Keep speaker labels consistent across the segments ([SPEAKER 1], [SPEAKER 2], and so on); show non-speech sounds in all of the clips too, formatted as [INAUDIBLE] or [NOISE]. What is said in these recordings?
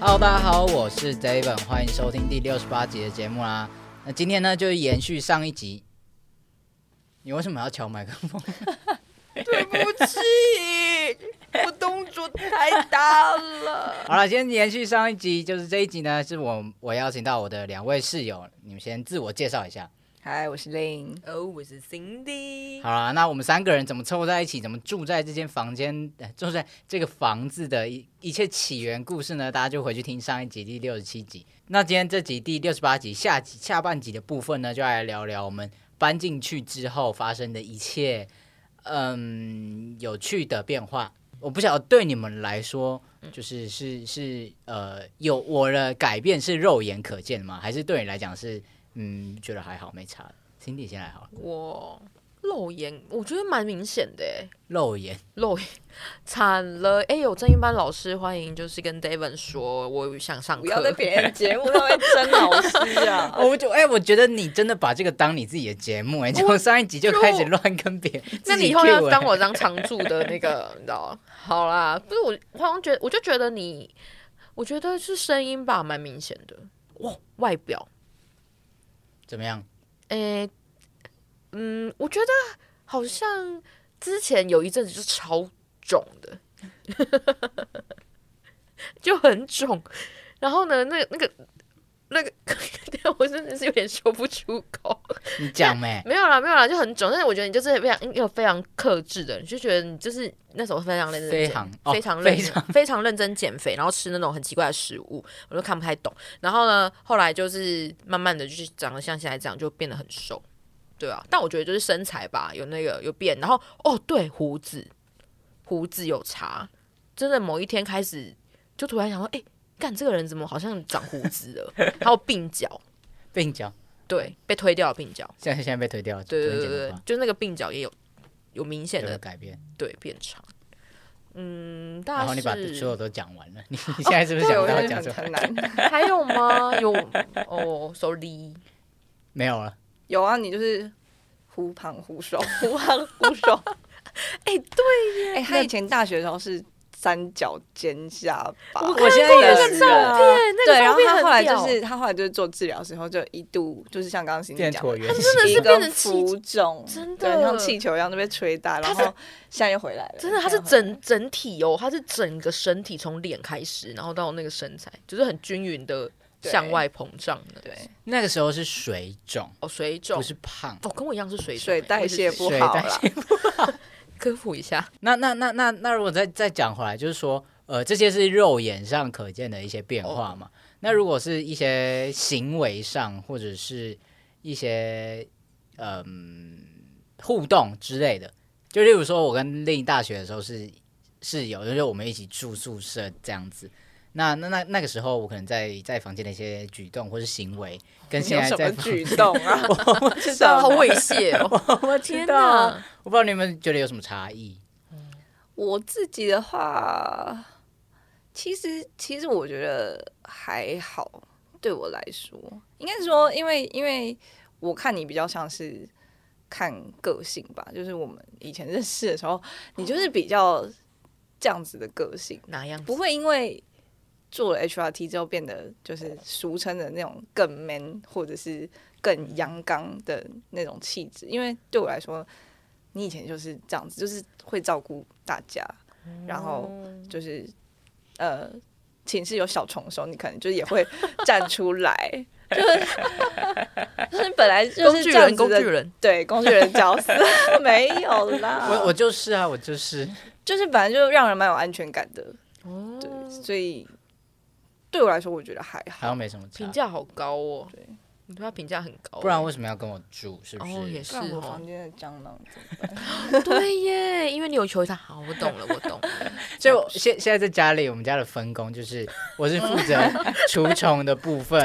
[SPEAKER 1] Hello，大家好，我是 David，欢迎收听第六十八集的节目啦。那今天呢，就是延续上一集。你为什么要敲麦克风？ [LAUGHS]
[SPEAKER 2] 对不起，我动作太大了。
[SPEAKER 1] 好了，先延续上一集，就是这一集呢，是我我邀请到我的两位室友，你们先自我介绍一下。
[SPEAKER 2] [LAUGHS] 嗨，我是 Lin，
[SPEAKER 3] 哦，我是 Cindy。
[SPEAKER 1] 好啦，那我们三个人怎么凑在一起，怎么住在这间房间，呃住在这个房子的一一切起源故事呢？大家就回去听上一集第六十七集。那今天这集第六十八集下集下半集的部分呢，就来聊聊我们搬进去之后发生的一切，嗯，有趣的变化。我不晓得对你们来说，就是是是呃，有我的改变是肉眼可见的吗？还是对你来讲是嗯，觉得还好，没差？Cindy 先来好了，
[SPEAKER 3] 我肉眼我觉得蛮明显的诶，
[SPEAKER 1] 肉眼。
[SPEAKER 3] 肉眼惨了。哎、有正音班老师欢迎，就是跟 David 说我想上
[SPEAKER 2] 不要在
[SPEAKER 3] 课。
[SPEAKER 2] 别人节目上面争老师啊！
[SPEAKER 1] 我就哎、我觉得你真的把这个当你自己的节目哎、从上一集就开始
[SPEAKER 3] 就
[SPEAKER 1] 乱跟别人。
[SPEAKER 3] 那
[SPEAKER 1] 自
[SPEAKER 3] 你
[SPEAKER 1] 己
[SPEAKER 3] 以后要
[SPEAKER 1] cue 哎
[SPEAKER 3] 当我当常驻的那个，你知道？好啦，不是我，我好像觉得，我就觉得你，我觉得是声音吧，蛮明显的。哇，外表，
[SPEAKER 1] 怎么样？
[SPEAKER 3] 诶、嗯，我觉得好像之前有一阵子就超肿的， [LAUGHS] 就很肿。然后呢，那那个那个， [LAUGHS] 我真的是有点说不出口。？
[SPEAKER 1] 你讲没
[SPEAKER 3] 没有啦，没有啦，就很肿。但是我觉得你就是非常一个非常克制的人，你就觉得你就是那时候非常认真减，
[SPEAKER 1] 非常哦
[SPEAKER 3] 非常
[SPEAKER 1] 非
[SPEAKER 3] 认真、 [LAUGHS] 非常认真减肥，然后吃那种很奇怪的食物，我都看不太懂。然后呢，后来就是慢慢的就是长得像现在这样，就变得很瘦，对啊。但我觉得就是身材吧，有那个有变，然后哦对，胡子胡子有差，真的某一天开始就突然想说，哎、干这个人怎么好像长胡子了？还有鬓角，
[SPEAKER 1] 鬓角
[SPEAKER 3] 对，被推掉的鬓角。
[SPEAKER 1] 现在现在被推掉了，
[SPEAKER 3] 对
[SPEAKER 1] 昨
[SPEAKER 3] 对
[SPEAKER 1] 天
[SPEAKER 3] 对
[SPEAKER 1] 剪的
[SPEAKER 3] 对
[SPEAKER 1] 话，
[SPEAKER 3] 就那个鬓角也有有明显
[SPEAKER 1] 有个
[SPEAKER 3] 的
[SPEAKER 1] 改变。
[SPEAKER 3] 对变长。嗯，大概
[SPEAKER 1] 然后你把
[SPEAKER 3] 是
[SPEAKER 1] 所有都讲完了，你你现在是不是
[SPEAKER 2] 对，
[SPEAKER 1] 想
[SPEAKER 2] 我
[SPEAKER 1] 到
[SPEAKER 2] 就
[SPEAKER 1] 讲
[SPEAKER 2] [LAUGHS] 讲
[SPEAKER 1] 什么？
[SPEAKER 2] 很难。
[SPEAKER 3] [LAUGHS] 还有吗？有哦，sorry，
[SPEAKER 1] 没有了，
[SPEAKER 2] 有啊，你就是忽胖忽瘦，忽胖忽瘦。
[SPEAKER 3] 哎
[SPEAKER 2] 对耶，哎，他以前大学的时候是三角尖下巴，
[SPEAKER 1] 我现在也是
[SPEAKER 2] 照
[SPEAKER 3] 片那个
[SPEAKER 2] 啊对，然后
[SPEAKER 3] 照片
[SPEAKER 2] 他
[SPEAKER 3] 很
[SPEAKER 2] 后来
[SPEAKER 3] 屌
[SPEAKER 2] 就是他后来就是做治疗时候，就一度就是像刚刚欣姐
[SPEAKER 1] 变
[SPEAKER 2] 讲
[SPEAKER 1] 椭
[SPEAKER 3] [LAUGHS]
[SPEAKER 2] 的，
[SPEAKER 1] 圆形。
[SPEAKER 3] 真的是
[SPEAKER 2] 一个
[SPEAKER 3] 变成气
[SPEAKER 2] 浮肿，
[SPEAKER 3] 真
[SPEAKER 2] 对，
[SPEAKER 3] 的
[SPEAKER 2] 像气球一样都被吹大，然
[SPEAKER 3] 他
[SPEAKER 2] 后
[SPEAKER 3] 是
[SPEAKER 2] 现在又回来了。
[SPEAKER 3] [LAUGHS] 真的，他
[SPEAKER 2] 现
[SPEAKER 3] 是
[SPEAKER 2] 在回来了
[SPEAKER 3] 整整体哦，他是整个身体从脸开始，然后到那个身材，就是很均匀的
[SPEAKER 2] 对
[SPEAKER 3] 向外膨胀的。
[SPEAKER 2] 对，
[SPEAKER 1] 那个时候是水肿，
[SPEAKER 3] 哦，水肿
[SPEAKER 1] 不是胖。
[SPEAKER 3] 哦，跟我一样是水肿
[SPEAKER 2] 水
[SPEAKER 3] 哎
[SPEAKER 2] 代
[SPEAKER 3] 我也是
[SPEAKER 2] 谢
[SPEAKER 3] 水
[SPEAKER 2] 不
[SPEAKER 1] 水
[SPEAKER 2] 好
[SPEAKER 1] 代
[SPEAKER 2] 啦。
[SPEAKER 3] [LAUGHS] 科普一下，
[SPEAKER 1] 那那那那那如果再再讲回来，就是说，呃，这些是肉眼上可见的一些变化
[SPEAKER 2] 哦
[SPEAKER 1] 嘛。那如果是一些行为上或者是一些嗯、互动之类的，就例如说，我跟另一大学的时候是室友，就是我们一起住宿舍这样子。那那那那个时候，我可能在在房间的一些举动或是行
[SPEAKER 2] [LAUGHS]
[SPEAKER 1] 为，跟
[SPEAKER 2] [LAUGHS] 你
[SPEAKER 1] 现在
[SPEAKER 2] 有什
[SPEAKER 1] 在
[SPEAKER 2] 么
[SPEAKER 1] 房
[SPEAKER 2] 举动啊？
[SPEAKER 3] 真
[SPEAKER 2] 什么 [LAUGHS]
[SPEAKER 3] 的 [LAUGHS] 好猥亵哦！我天哪，
[SPEAKER 1] [LAUGHS] 我不知道你们觉得有什么差异？
[SPEAKER 2] 我自己的话，其实其实我觉得还好，对我来说，应该是说，因为因为我看你比较像是看个性吧，就是我们以前认识的时候，你就是比较这样子的个性，
[SPEAKER 3] 哪样子？
[SPEAKER 2] 不会因为做了 HRT 之后变得就是俗称的那种更 man 或者是更阳刚的那种气质，因为对我来说，你以前就是这样子，就是会照顾大家，然后就是呃，寝室有小虫的时候，你可能就是也会站出来， [LAUGHS] 就是就是本来就
[SPEAKER 3] 工
[SPEAKER 2] 是
[SPEAKER 3] 具
[SPEAKER 2] 这样
[SPEAKER 3] 人，
[SPEAKER 2] 子
[SPEAKER 3] 工具
[SPEAKER 2] 的，
[SPEAKER 3] 人，
[SPEAKER 2] 对工具人角色 [LAUGHS] 没有啦，
[SPEAKER 1] 我我就是啊，我就是。
[SPEAKER 2] 就是本来就让人蛮有安全感的，
[SPEAKER 3] 哦
[SPEAKER 2] 对，所以对我来说，我觉得还
[SPEAKER 1] 好
[SPEAKER 2] 好。
[SPEAKER 1] 像没什么差
[SPEAKER 3] 评。价好高哦。
[SPEAKER 2] 对，
[SPEAKER 3] 你对他评价很高欸，
[SPEAKER 1] 不然为什么要跟我住？是不是？
[SPEAKER 3] 哦也是
[SPEAKER 2] 不然我
[SPEAKER 3] 哦
[SPEAKER 2] 房，间的蟑螂怎么
[SPEAKER 3] 对耶，因为你有求他，好，我懂 [LAUGHS] 了，我懂了，
[SPEAKER 1] 所以我现现在在家里，我们家的分工
[SPEAKER 3] [LAUGHS]
[SPEAKER 1] 就是，我是负责除虫的部分。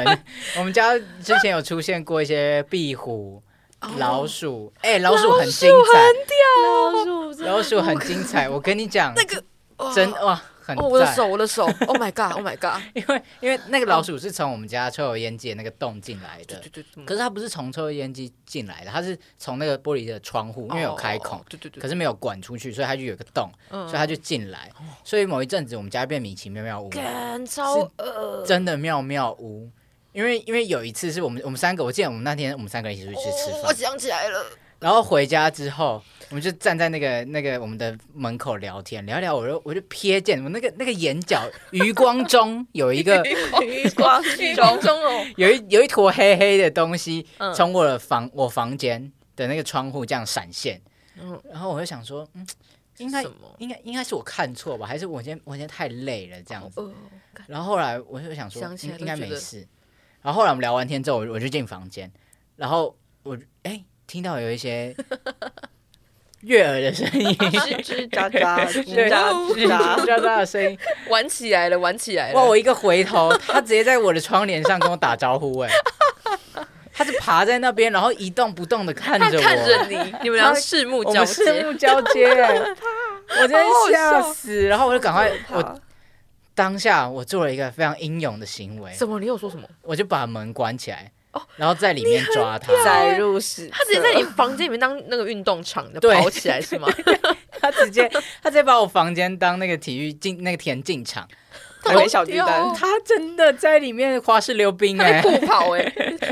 [SPEAKER 1] 我们家之前有出现过一些壁虎、
[SPEAKER 3] 哦
[SPEAKER 1] 老鼠，哎、老鼠很精彩，
[SPEAKER 2] 办？老鼠
[SPEAKER 1] 老鼠很精彩。我跟你讲，
[SPEAKER 3] 那个
[SPEAKER 1] 真
[SPEAKER 3] 哇
[SPEAKER 1] 哇，很
[SPEAKER 3] 哦，我的
[SPEAKER 1] 赞
[SPEAKER 3] 手，我的手，Oh my God，Oh my God，
[SPEAKER 1] 因为因为那个老鼠是从我们家抽油烟机的那个洞进来
[SPEAKER 3] [LAUGHS] 对
[SPEAKER 1] 的
[SPEAKER 3] 对，对对，
[SPEAKER 1] 可是它不是从抽油烟机进来的，它是从那个玻璃的窗户，因为有开孔
[SPEAKER 3] 哦，对对对，嗯
[SPEAKER 1] 可是没有管出去，所以它就有一个洞，所以它就进来。
[SPEAKER 3] 哦
[SPEAKER 1] 所以某一阵子我们家变米奇妙妙屋，
[SPEAKER 3] 干超恶， [LAUGHS]
[SPEAKER 1] 真的妙妙屋。因为因为有一次是我们我们三个，我记得我们那天我们三个人一起出去吃
[SPEAKER 3] 哦我
[SPEAKER 1] 饭，
[SPEAKER 3] 想起来了，
[SPEAKER 1] 然后回家之后，我们就站在那个那个我们的门口聊天，聊一聊，我就我就瞥见我那个那个眼角余光中有一
[SPEAKER 3] [LAUGHS]
[SPEAKER 1] 个
[SPEAKER 2] 余光
[SPEAKER 3] 中
[SPEAKER 2] 中，
[SPEAKER 3] 中哦，
[SPEAKER 1] 有一有一坨黑黑的东西
[SPEAKER 3] 嗯
[SPEAKER 1] 从我的房我房间的那个窗户这样闪现，然后我就想说，嗯，应该
[SPEAKER 3] 什么
[SPEAKER 1] 应该应该是我看错吧，还是我今天我今天太累了这样子。
[SPEAKER 3] 呃，
[SPEAKER 1] 然后后来我就想说，
[SPEAKER 3] 想起来
[SPEAKER 1] 应
[SPEAKER 3] 都
[SPEAKER 1] 应该
[SPEAKER 3] 觉
[SPEAKER 1] 没
[SPEAKER 3] 得
[SPEAKER 1] 事。然后后来我们聊完天之后，我我就进房间，然后我哎、听到有一
[SPEAKER 3] [LAUGHS]
[SPEAKER 1] 些悦耳的声音，
[SPEAKER 2] 吱吱喳喳，
[SPEAKER 1] 对
[SPEAKER 2] 吱喳吱
[SPEAKER 1] 喳
[SPEAKER 2] 喳。
[SPEAKER 1] [LAUGHS] 喳的声音。
[SPEAKER 3] 玩起来了，玩起来
[SPEAKER 1] 哇！
[SPEAKER 3] 了，
[SPEAKER 1] 我一个回头，他直接在我的窗帘上跟我打招呼、
[SPEAKER 3] [LAUGHS]
[SPEAKER 1] 哎，他是爬在那边，然后一动不动的看
[SPEAKER 3] 他
[SPEAKER 1] 着我，
[SPEAKER 3] 看着你， [LAUGHS] 你们俩四目
[SPEAKER 1] 我
[SPEAKER 3] 交
[SPEAKER 1] 们四
[SPEAKER 3] 接，
[SPEAKER 1] 目交接、
[SPEAKER 3] [LAUGHS]
[SPEAKER 1] 哎我真的
[SPEAKER 2] 好
[SPEAKER 1] 吓
[SPEAKER 2] 好笑
[SPEAKER 1] 死。然后我就赶快，我
[SPEAKER 2] 好
[SPEAKER 1] 当下我做了一个非常英勇的行为，
[SPEAKER 3] 什么？你有说什么？
[SPEAKER 1] 我就把门关起来，
[SPEAKER 3] 哦
[SPEAKER 1] 然后在里面抓他。
[SPEAKER 2] 载入史册，
[SPEAKER 3] 他直接在你房间里面当那个运动场的
[SPEAKER 1] 对
[SPEAKER 3] 跑起来是 [LAUGHS] 吗？
[SPEAKER 1] 他直接他直接把我房间当那个体育竞那个田径场，
[SPEAKER 2] 台北小巨蛋
[SPEAKER 3] 好，
[SPEAKER 1] 他真的在里面花式溜冰
[SPEAKER 3] 他
[SPEAKER 1] 哎、
[SPEAKER 3] 在酷跑 [LAUGHS] 哎、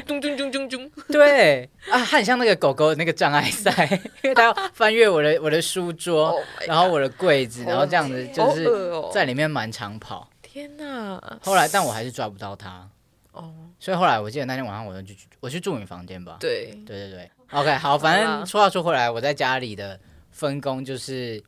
[SPEAKER 3] 咚咚咚咚咚，
[SPEAKER 1] 对啊，他很像那个狗狗的那个障碍赛， [LAUGHS] 因为他要翻越我的我的书桌
[SPEAKER 3] Oh my
[SPEAKER 1] 然后我的柜子，然后这样子就
[SPEAKER 3] 好
[SPEAKER 1] 是
[SPEAKER 3] 恶哦
[SPEAKER 1] 在里面满场跑。
[SPEAKER 3] 天哪！
[SPEAKER 1] 后来但我还是抓不到他，
[SPEAKER 3] 哦，
[SPEAKER 1] 所以后来我记得那天晚上我就去我去住你房间吧。
[SPEAKER 3] 对，
[SPEAKER 1] 对对对，OK，好，反
[SPEAKER 3] 好
[SPEAKER 1] 正
[SPEAKER 3] 啦
[SPEAKER 1] 说话说回来，我在家里的分工就是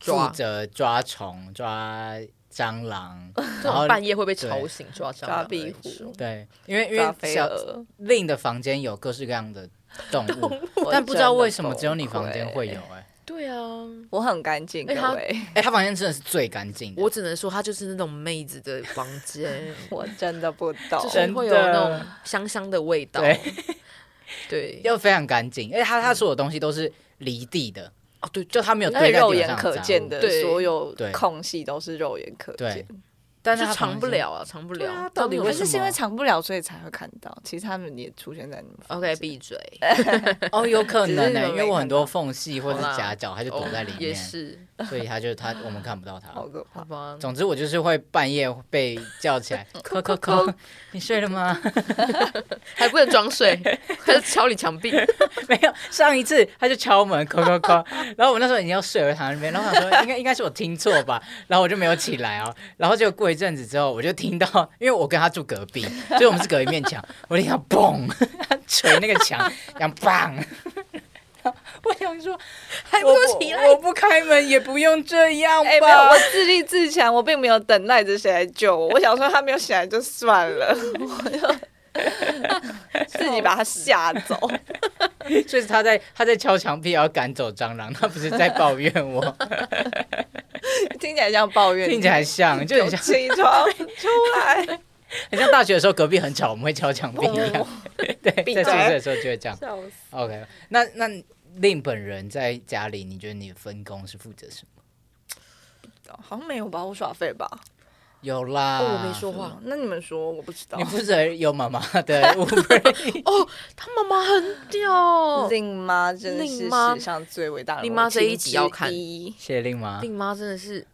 [SPEAKER 1] 负
[SPEAKER 3] 抓
[SPEAKER 1] 责抓虫、抓蟑螂，
[SPEAKER 3] 这
[SPEAKER 1] 然后
[SPEAKER 3] 种半夜会被吵醒抓蟑
[SPEAKER 2] 抓
[SPEAKER 3] 螂
[SPEAKER 2] 壁
[SPEAKER 3] 来说
[SPEAKER 2] 虎，
[SPEAKER 1] 对，因为因
[SPEAKER 2] 抓
[SPEAKER 1] 为
[SPEAKER 2] 飞
[SPEAKER 1] 小
[SPEAKER 2] 蛾，
[SPEAKER 1] 令的房间有各式各样的动物，
[SPEAKER 2] 我
[SPEAKER 1] 但不知
[SPEAKER 2] 真
[SPEAKER 1] 道
[SPEAKER 2] 的
[SPEAKER 1] 为什么只有你
[SPEAKER 2] 崩
[SPEAKER 1] 房间
[SPEAKER 2] 溃
[SPEAKER 1] 会有、哎，
[SPEAKER 3] 对啊，
[SPEAKER 2] 我很干净，
[SPEAKER 3] 哎他
[SPEAKER 2] 各位，
[SPEAKER 1] 哎，他房间真的是最干净的，
[SPEAKER 3] 我只能说他就是那种妹子的房
[SPEAKER 1] [LAUGHS]
[SPEAKER 3] 间，
[SPEAKER 2] 我真的不懂
[SPEAKER 3] 就。是
[SPEAKER 1] 哦真
[SPEAKER 3] 会有
[SPEAKER 1] 的
[SPEAKER 3] 那种香香的味道。
[SPEAKER 1] 对
[SPEAKER 3] 对，
[SPEAKER 1] 又非常干净，而且他他所有东西都是离地的，
[SPEAKER 3] 哦对，
[SPEAKER 1] 就他没有
[SPEAKER 2] 那
[SPEAKER 1] 堆在
[SPEAKER 2] 肉
[SPEAKER 1] 地
[SPEAKER 2] 眼
[SPEAKER 1] 板上
[SPEAKER 2] 可
[SPEAKER 1] 杂
[SPEAKER 2] 见
[SPEAKER 1] 物
[SPEAKER 2] 的
[SPEAKER 3] 对
[SPEAKER 2] 所有
[SPEAKER 1] 对
[SPEAKER 2] 空隙都是肉眼可
[SPEAKER 1] 对
[SPEAKER 2] 见，
[SPEAKER 1] 但是
[SPEAKER 3] 就
[SPEAKER 1] 他
[SPEAKER 3] 藏
[SPEAKER 1] 房
[SPEAKER 3] 不
[SPEAKER 1] 间。
[SPEAKER 3] 了啊，藏不
[SPEAKER 1] 对
[SPEAKER 3] 了。
[SPEAKER 1] 啊
[SPEAKER 3] 到
[SPEAKER 1] 到
[SPEAKER 3] 底
[SPEAKER 1] 底为
[SPEAKER 3] 为
[SPEAKER 2] 可
[SPEAKER 3] 什
[SPEAKER 1] 什
[SPEAKER 2] 是
[SPEAKER 1] 么
[SPEAKER 2] 是因为藏不了，所以才会看到。其实他们也出现在你们
[SPEAKER 3] 么？OK，闭嘴。
[SPEAKER 1] 哦，有可
[SPEAKER 2] 只是
[SPEAKER 1] 能
[SPEAKER 2] 你
[SPEAKER 1] 呢、
[SPEAKER 2] 们
[SPEAKER 1] 因为
[SPEAKER 2] 没
[SPEAKER 1] 我
[SPEAKER 2] 看
[SPEAKER 1] 很多
[SPEAKER 2] 到
[SPEAKER 1] 缝隙或者
[SPEAKER 3] 好啦
[SPEAKER 1] 是夹角，他 [LAUGHS] 就躲在里
[SPEAKER 3] 哦也
[SPEAKER 1] 面，
[SPEAKER 3] 是，
[SPEAKER 1] 所以他就他我们看不到他。
[SPEAKER 2] 好可怕
[SPEAKER 3] 好。吧。
[SPEAKER 1] 总之，我就是会半夜被叫起来，咳咳咳， [LAUGHS] 你睡了吗？ [LAUGHS]
[SPEAKER 3] 还不能装睡，还是敲你墙壁。
[SPEAKER 1] 没有，上一次他就敲门，咳咳咳，然后我那时候已经要睡了，我就躺在那边，然后我想说应该应该是我听错吧，然后我就没有起来哦，然后就过一阵子之后，我就听到，因为我跟他住隔壁，所以我们是隔一面墙，我听到嘣，他 [LAUGHS] 捶那个墙，这样砰。我想说，还
[SPEAKER 3] 不起来
[SPEAKER 1] 我不开门也不用这样
[SPEAKER 2] 哎、没有，
[SPEAKER 1] 吧
[SPEAKER 2] 我。自立自强，我并没有等待着谁来救我。我想说他没有醒来就算
[SPEAKER 3] [LAUGHS]
[SPEAKER 2] 了，我就自己把他吓走。
[SPEAKER 1] 就是他在他在敲墙壁，然后赶走蟑螂，他不是在抱怨我。
[SPEAKER 2] 听起来像抱
[SPEAKER 1] [LAUGHS]
[SPEAKER 2] 怨，
[SPEAKER 1] 听起来像，就很像
[SPEAKER 2] 起
[SPEAKER 3] [LAUGHS]
[SPEAKER 2] 床出来，
[SPEAKER 1] 很像大学的时候隔壁很吵，我们会敲墙壁一样。对，
[SPEAKER 2] 闭
[SPEAKER 1] 在
[SPEAKER 2] 嘴
[SPEAKER 1] 宿舍的时候就会这样。
[SPEAKER 2] 笑死！
[SPEAKER 1] OK，那那令本人在家里，你觉得你的分工是负责什么？
[SPEAKER 2] 好像没有吧，我耍废吧。
[SPEAKER 1] 有啦，
[SPEAKER 3] 哦，我没说话
[SPEAKER 2] 哇。，那你们说，我不知道
[SPEAKER 1] 你。负责有妈妈的 u b
[SPEAKER 3] 哦， [LAUGHS] 他妈妈很屌，
[SPEAKER 2] 令妈真的是
[SPEAKER 3] 令妈
[SPEAKER 2] 史上最伟大的
[SPEAKER 3] 令妈
[SPEAKER 2] 母亲
[SPEAKER 3] 这一集要看
[SPEAKER 2] 之一
[SPEAKER 1] 谢令吗？
[SPEAKER 3] 令妈真的是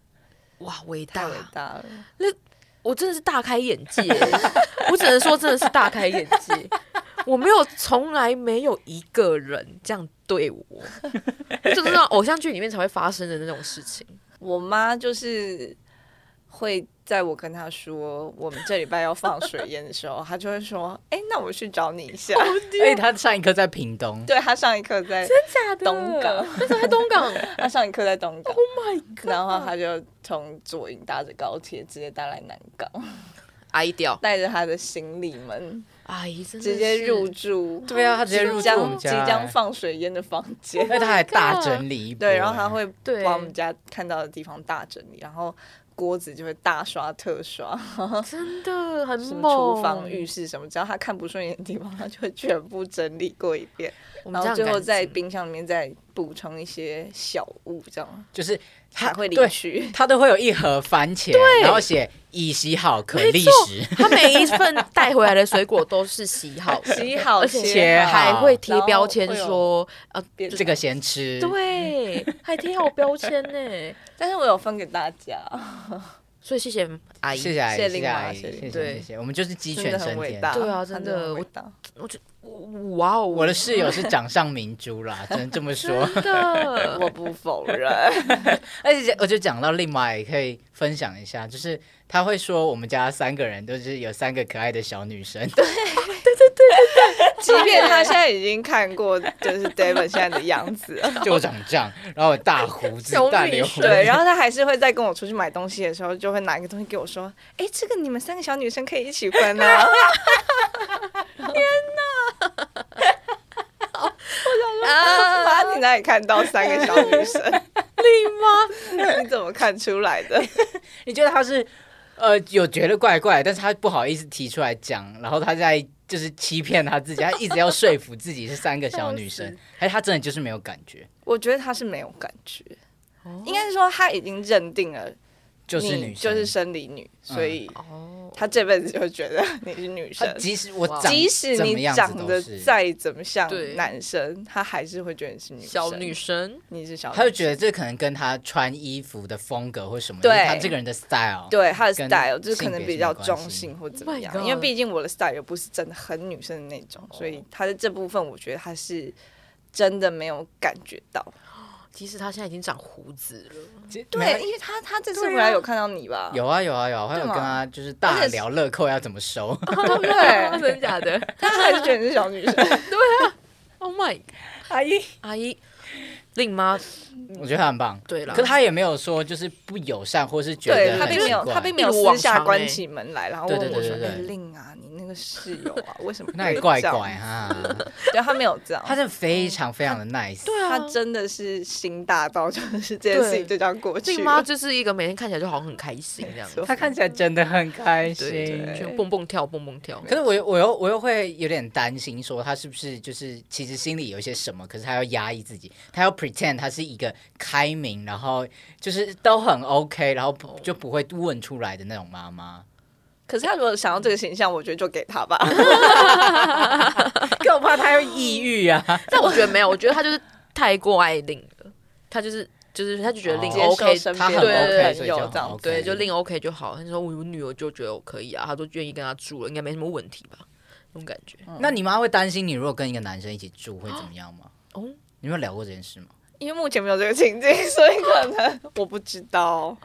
[SPEAKER 3] 哇伟
[SPEAKER 2] 太
[SPEAKER 3] 大啊
[SPEAKER 2] 伟，大了。
[SPEAKER 3] 我真的是大开眼界，欸我只能说真的是大开眼界。我没有，从来没有一个人这样对我，就是那种偶像剧里面才会发生的那种事情。
[SPEAKER 2] 我妈就是会在我跟她说我们这礼拜要放水淹的时候，她就会说：“哎、那我去找你一下。
[SPEAKER 1] 哎，他上一课在屏东，
[SPEAKER 2] 对她上一课在
[SPEAKER 3] 假的
[SPEAKER 2] 东港，
[SPEAKER 3] 那时候在东
[SPEAKER 2] [LAUGHS]
[SPEAKER 3] 港。
[SPEAKER 2] 她上一课在东港，
[SPEAKER 3] Oh my god！
[SPEAKER 2] 然后她就从左营搭着高铁直接搭来南港，
[SPEAKER 3] 阿姨屌，
[SPEAKER 2] 带着她的行李们
[SPEAKER 3] 阿姨真的
[SPEAKER 2] 直接
[SPEAKER 3] 是
[SPEAKER 2] 入住，
[SPEAKER 1] 对啊，他直接入
[SPEAKER 2] 即
[SPEAKER 1] 住
[SPEAKER 2] 将
[SPEAKER 1] 我们家，
[SPEAKER 2] 即将放水淹的房间。
[SPEAKER 1] [LAUGHS] 哎，而且他还大整理一波，
[SPEAKER 2] 对，然后他会
[SPEAKER 3] 对
[SPEAKER 2] 把我们家看到的地方大整理，然后锅子就会大刷特刷，
[SPEAKER 3] 真的很
[SPEAKER 2] 什么
[SPEAKER 3] 猛。
[SPEAKER 2] 厨房、浴室什么，只要他看不顺眼的地方，他就会全部整理过一遍，
[SPEAKER 3] 我们
[SPEAKER 2] 然
[SPEAKER 3] 这
[SPEAKER 2] 后
[SPEAKER 3] 样
[SPEAKER 2] 最后
[SPEAKER 3] 感
[SPEAKER 2] 在
[SPEAKER 3] 情
[SPEAKER 2] 冰箱里面再补充一些小物，这样
[SPEAKER 1] 就是他
[SPEAKER 2] 才会
[SPEAKER 1] 对
[SPEAKER 2] 离
[SPEAKER 3] [LAUGHS]
[SPEAKER 2] 去。
[SPEAKER 1] 他都会有一盒番茄，然后写已洗好可
[SPEAKER 3] 没
[SPEAKER 1] 立
[SPEAKER 3] 错
[SPEAKER 1] 时，
[SPEAKER 3] 他每一份带回来的水果都是洗好的，
[SPEAKER 2] 洗好
[SPEAKER 3] 而且
[SPEAKER 1] 切好
[SPEAKER 3] 还会贴
[SPEAKER 2] 然后
[SPEAKER 3] 标签
[SPEAKER 2] 会有
[SPEAKER 3] 说，呃，
[SPEAKER 2] 变
[SPEAKER 1] 这个先吃。
[SPEAKER 3] 对，还贴好标签呢。
[SPEAKER 2] 但是我有分给大家，
[SPEAKER 3] 所以谢谢阿姨，
[SPEAKER 1] 谢谢阿姨，
[SPEAKER 2] 谢
[SPEAKER 1] 谢
[SPEAKER 2] 谢
[SPEAKER 1] 谢阿姨，
[SPEAKER 2] 林
[SPEAKER 1] 谢
[SPEAKER 2] 妈
[SPEAKER 1] 谢
[SPEAKER 2] 谢谢
[SPEAKER 3] 林妈
[SPEAKER 1] 谢谢，我们就是鸡
[SPEAKER 2] 真
[SPEAKER 1] 犬
[SPEAKER 2] 的很
[SPEAKER 1] 升
[SPEAKER 2] 伟
[SPEAKER 1] 天。
[SPEAKER 2] 大，
[SPEAKER 3] 对啊
[SPEAKER 2] 他
[SPEAKER 3] 真
[SPEAKER 2] 真
[SPEAKER 3] 的
[SPEAKER 2] 很伟
[SPEAKER 3] 我
[SPEAKER 2] 大。
[SPEAKER 3] 我就哇
[SPEAKER 1] [LAUGHS]
[SPEAKER 3] 哦，
[SPEAKER 1] 我的室友是掌上明珠啦，只能这么
[SPEAKER 2] [LAUGHS]
[SPEAKER 1] 说。
[SPEAKER 3] 真的，
[SPEAKER 2] 我不否认， [LAUGHS]
[SPEAKER 1] 而且我就讲到另外也可以分享一下，就是他会说我们家三个人都是有三个可爱的小女生，
[SPEAKER 2] 即便他现在已经看过，就是 David 现在的样子了，
[SPEAKER 1] 就我长这样，然后我大胡子
[SPEAKER 3] 小、女
[SPEAKER 1] 大留胡子，
[SPEAKER 2] [LAUGHS] 对，然后他还是会在跟我出去买东西的时候，就会拿一个东西给我说：“哎，这个你们三个小女生可以一起分啊。”天哪！我想说，妈，你哪里看到三个小女生？你妈， [LAUGHS] 你怎么看出来的？ [LAUGHS]
[SPEAKER 1] 你觉得他是呃有觉得怪怪，但是他不好意思提出来讲，然后他在就是欺骗他自己，他一直要说服自己是三个小女生，还是他真的就是没有感觉，
[SPEAKER 2] 我觉得他是没有感觉，应该是说他已经认定了
[SPEAKER 1] 就是
[SPEAKER 2] 你
[SPEAKER 1] 女生，嗯
[SPEAKER 2] 就是生理女，所以
[SPEAKER 3] 哦，
[SPEAKER 2] 他这辈子就觉得你是女
[SPEAKER 1] 他
[SPEAKER 2] 生。
[SPEAKER 1] 呃即使我
[SPEAKER 3] 哇
[SPEAKER 1] 长
[SPEAKER 2] 即使
[SPEAKER 1] 怎么
[SPEAKER 2] 你
[SPEAKER 1] 样子
[SPEAKER 2] 长
[SPEAKER 1] 都
[SPEAKER 2] 得
[SPEAKER 1] 是
[SPEAKER 2] 再怎么像
[SPEAKER 3] 对
[SPEAKER 2] 男生，他还是会觉得你是女生。哦
[SPEAKER 3] 小女，生，
[SPEAKER 2] 你是小女生，
[SPEAKER 1] 他就觉得这可能跟他穿衣服的风格或什么，
[SPEAKER 2] 对
[SPEAKER 1] 就是他这个人的 style，
[SPEAKER 2] 对他的
[SPEAKER 1] 跟
[SPEAKER 2] style 就是
[SPEAKER 1] 性
[SPEAKER 2] 可能
[SPEAKER 1] 别
[SPEAKER 2] 比
[SPEAKER 1] 是
[SPEAKER 2] 较
[SPEAKER 1] 没关
[SPEAKER 2] 中
[SPEAKER 1] 系
[SPEAKER 2] 性或怎
[SPEAKER 3] Oh
[SPEAKER 2] 么
[SPEAKER 3] my
[SPEAKER 2] 样，因为
[SPEAKER 3] God
[SPEAKER 2] 毕竟我的 style 也不是真的很女生的那种，
[SPEAKER 1] 哦
[SPEAKER 2] 所以他在这部分我觉得他是真的没有感觉到。
[SPEAKER 3] 其实她现在已经长胡子了，
[SPEAKER 1] 没
[SPEAKER 2] 对，
[SPEAKER 1] 有
[SPEAKER 2] 因为他他这次
[SPEAKER 3] 对啊
[SPEAKER 2] 回来有看到你吧？
[SPEAKER 1] 有啊有啊有啊，我还有
[SPEAKER 2] 对
[SPEAKER 1] 跟
[SPEAKER 2] 嘛
[SPEAKER 1] 他就是大
[SPEAKER 2] 而且
[SPEAKER 1] 聊乐扣要怎么
[SPEAKER 2] [LAUGHS]
[SPEAKER 1] 收，
[SPEAKER 2] 对不对？
[SPEAKER 3] 真的假 [LAUGHS] 的
[SPEAKER 2] 他还是觉得你是小女生。
[SPEAKER 3] ？Oh my，
[SPEAKER 1] 阿姨，
[SPEAKER 3] 阿姨，令妈，
[SPEAKER 1] 我觉得他很棒。
[SPEAKER 3] 对了，
[SPEAKER 1] 可他也没有说就是不友善，或 [LAUGHS] 是觉
[SPEAKER 2] 对
[SPEAKER 1] 得
[SPEAKER 2] 他
[SPEAKER 1] 很
[SPEAKER 2] 并没有，
[SPEAKER 1] 奇怪
[SPEAKER 2] 他并没有
[SPEAKER 3] 一如往
[SPEAKER 2] 私下
[SPEAKER 3] 常欸
[SPEAKER 2] 关起门来，然后问
[SPEAKER 1] 对对
[SPEAKER 2] 我
[SPEAKER 1] 对
[SPEAKER 2] 说：“
[SPEAKER 1] 对
[SPEAKER 2] 哎，
[SPEAKER 1] 对
[SPEAKER 2] 令啊，你那个室友啊，为什么
[SPEAKER 1] 那也
[SPEAKER 2] 会
[SPEAKER 1] 怪
[SPEAKER 2] 这样
[SPEAKER 1] 怪哈，
[SPEAKER 2] 对他没有这样， [LAUGHS]
[SPEAKER 1] 他真的非常非常的 nice。
[SPEAKER 3] 对啊
[SPEAKER 2] 他，真的是心大到，就是这件事情就这样过去
[SPEAKER 3] 令妈
[SPEAKER 2] 了。
[SPEAKER 3] 就是一个每天看起来就好像很开心这样子，
[SPEAKER 1] 他看起来真的很开心。
[SPEAKER 3] 对对，就蹦蹦跳，蹦蹦跳。
[SPEAKER 1] 可是我又我又我又会有点担心，说他是不是就是其实心里有一些什么，可是他要压抑自己，他要 pretend 他是一个开明，然后就是都很 OK，然后不就不会问出来的那种妈妈。
[SPEAKER 2] 可是他如果想要这个形象，我觉得就给他吧。
[SPEAKER 1] 可我怕他要抑郁啊！
[SPEAKER 3] 但我觉得没有，我觉得他就是太过爱令了，他就是就是他就觉得令
[SPEAKER 1] 哦
[SPEAKER 2] [LAUGHS] 接受
[SPEAKER 3] OK，
[SPEAKER 2] 身
[SPEAKER 1] 他
[SPEAKER 2] 边
[SPEAKER 1] 很
[SPEAKER 3] 对对
[SPEAKER 1] OK，
[SPEAKER 3] 对
[SPEAKER 1] 所以
[SPEAKER 2] 有
[SPEAKER 1] 就很
[SPEAKER 2] 这样
[SPEAKER 1] OK
[SPEAKER 3] 对，就令 OK 就好。他说我有女儿就觉得我可以啊，他都愿意跟他住了，应该没什么问题吧？那种感觉。
[SPEAKER 2] 嗯
[SPEAKER 1] 那你妈会担心你如果跟一个男生一起住会怎么样吗？
[SPEAKER 3] 哦
[SPEAKER 1] 哦，你们有聊过这件事吗？
[SPEAKER 2] 因为目前没有这个情境，所以可能我不知道。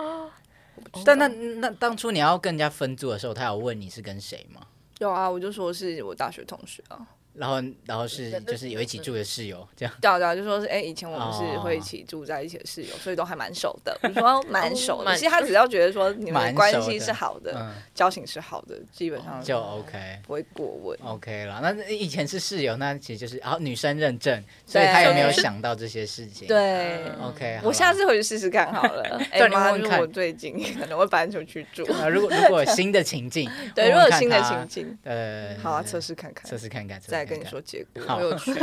[SPEAKER 1] 但那那当初你要跟人家分租的时候，他有问你是跟谁吗？
[SPEAKER 2] [LAUGHS] 有啊，我就说是我大学同学啊，
[SPEAKER 1] 然后然后是就是有一起住的室友这样。
[SPEAKER 2] 对啊对啊，就说是哎、以前我们是
[SPEAKER 1] 哦
[SPEAKER 2] 会一起住在一起的室友，所以都还蛮熟的。我说哦蛮熟的，
[SPEAKER 3] 蛮
[SPEAKER 2] 其实他只要觉得说你们
[SPEAKER 1] 蛮
[SPEAKER 2] 的
[SPEAKER 1] 熟
[SPEAKER 2] 关
[SPEAKER 1] 的
[SPEAKER 2] 系是好的，
[SPEAKER 1] 嗯，
[SPEAKER 2] 交情是好的，基本上
[SPEAKER 1] 就 OK
[SPEAKER 2] 不会过问。
[SPEAKER 1] OK 了。那以前是室友，那其实就是啊女生认证，所以他也
[SPEAKER 2] 对
[SPEAKER 1] 没有想到这些事情。
[SPEAKER 2] 对，
[SPEAKER 1] 嗯，OK 好啦。
[SPEAKER 2] 我下次回去试试看好
[SPEAKER 1] [LAUGHS]
[SPEAKER 2] 了。哎
[SPEAKER 1] 对你问
[SPEAKER 2] 妈，
[SPEAKER 1] 问
[SPEAKER 2] 就是
[SPEAKER 1] 看
[SPEAKER 2] 我最近可能会搬出去住。，
[SPEAKER 1] 啊，如果如果有新的情境
[SPEAKER 2] 对，
[SPEAKER 1] 我
[SPEAKER 2] 如果
[SPEAKER 1] 们
[SPEAKER 2] 有
[SPEAKER 1] 看
[SPEAKER 2] 新的
[SPEAKER 1] 他
[SPEAKER 2] 情，境，
[SPEAKER 1] 呃，
[SPEAKER 2] 好啊，测试看看
[SPEAKER 1] 测，试看看，测试
[SPEAKER 2] 再跟
[SPEAKER 1] 看
[SPEAKER 2] 你
[SPEAKER 1] 看
[SPEAKER 2] 说。结果。
[SPEAKER 1] 好
[SPEAKER 3] 我有去，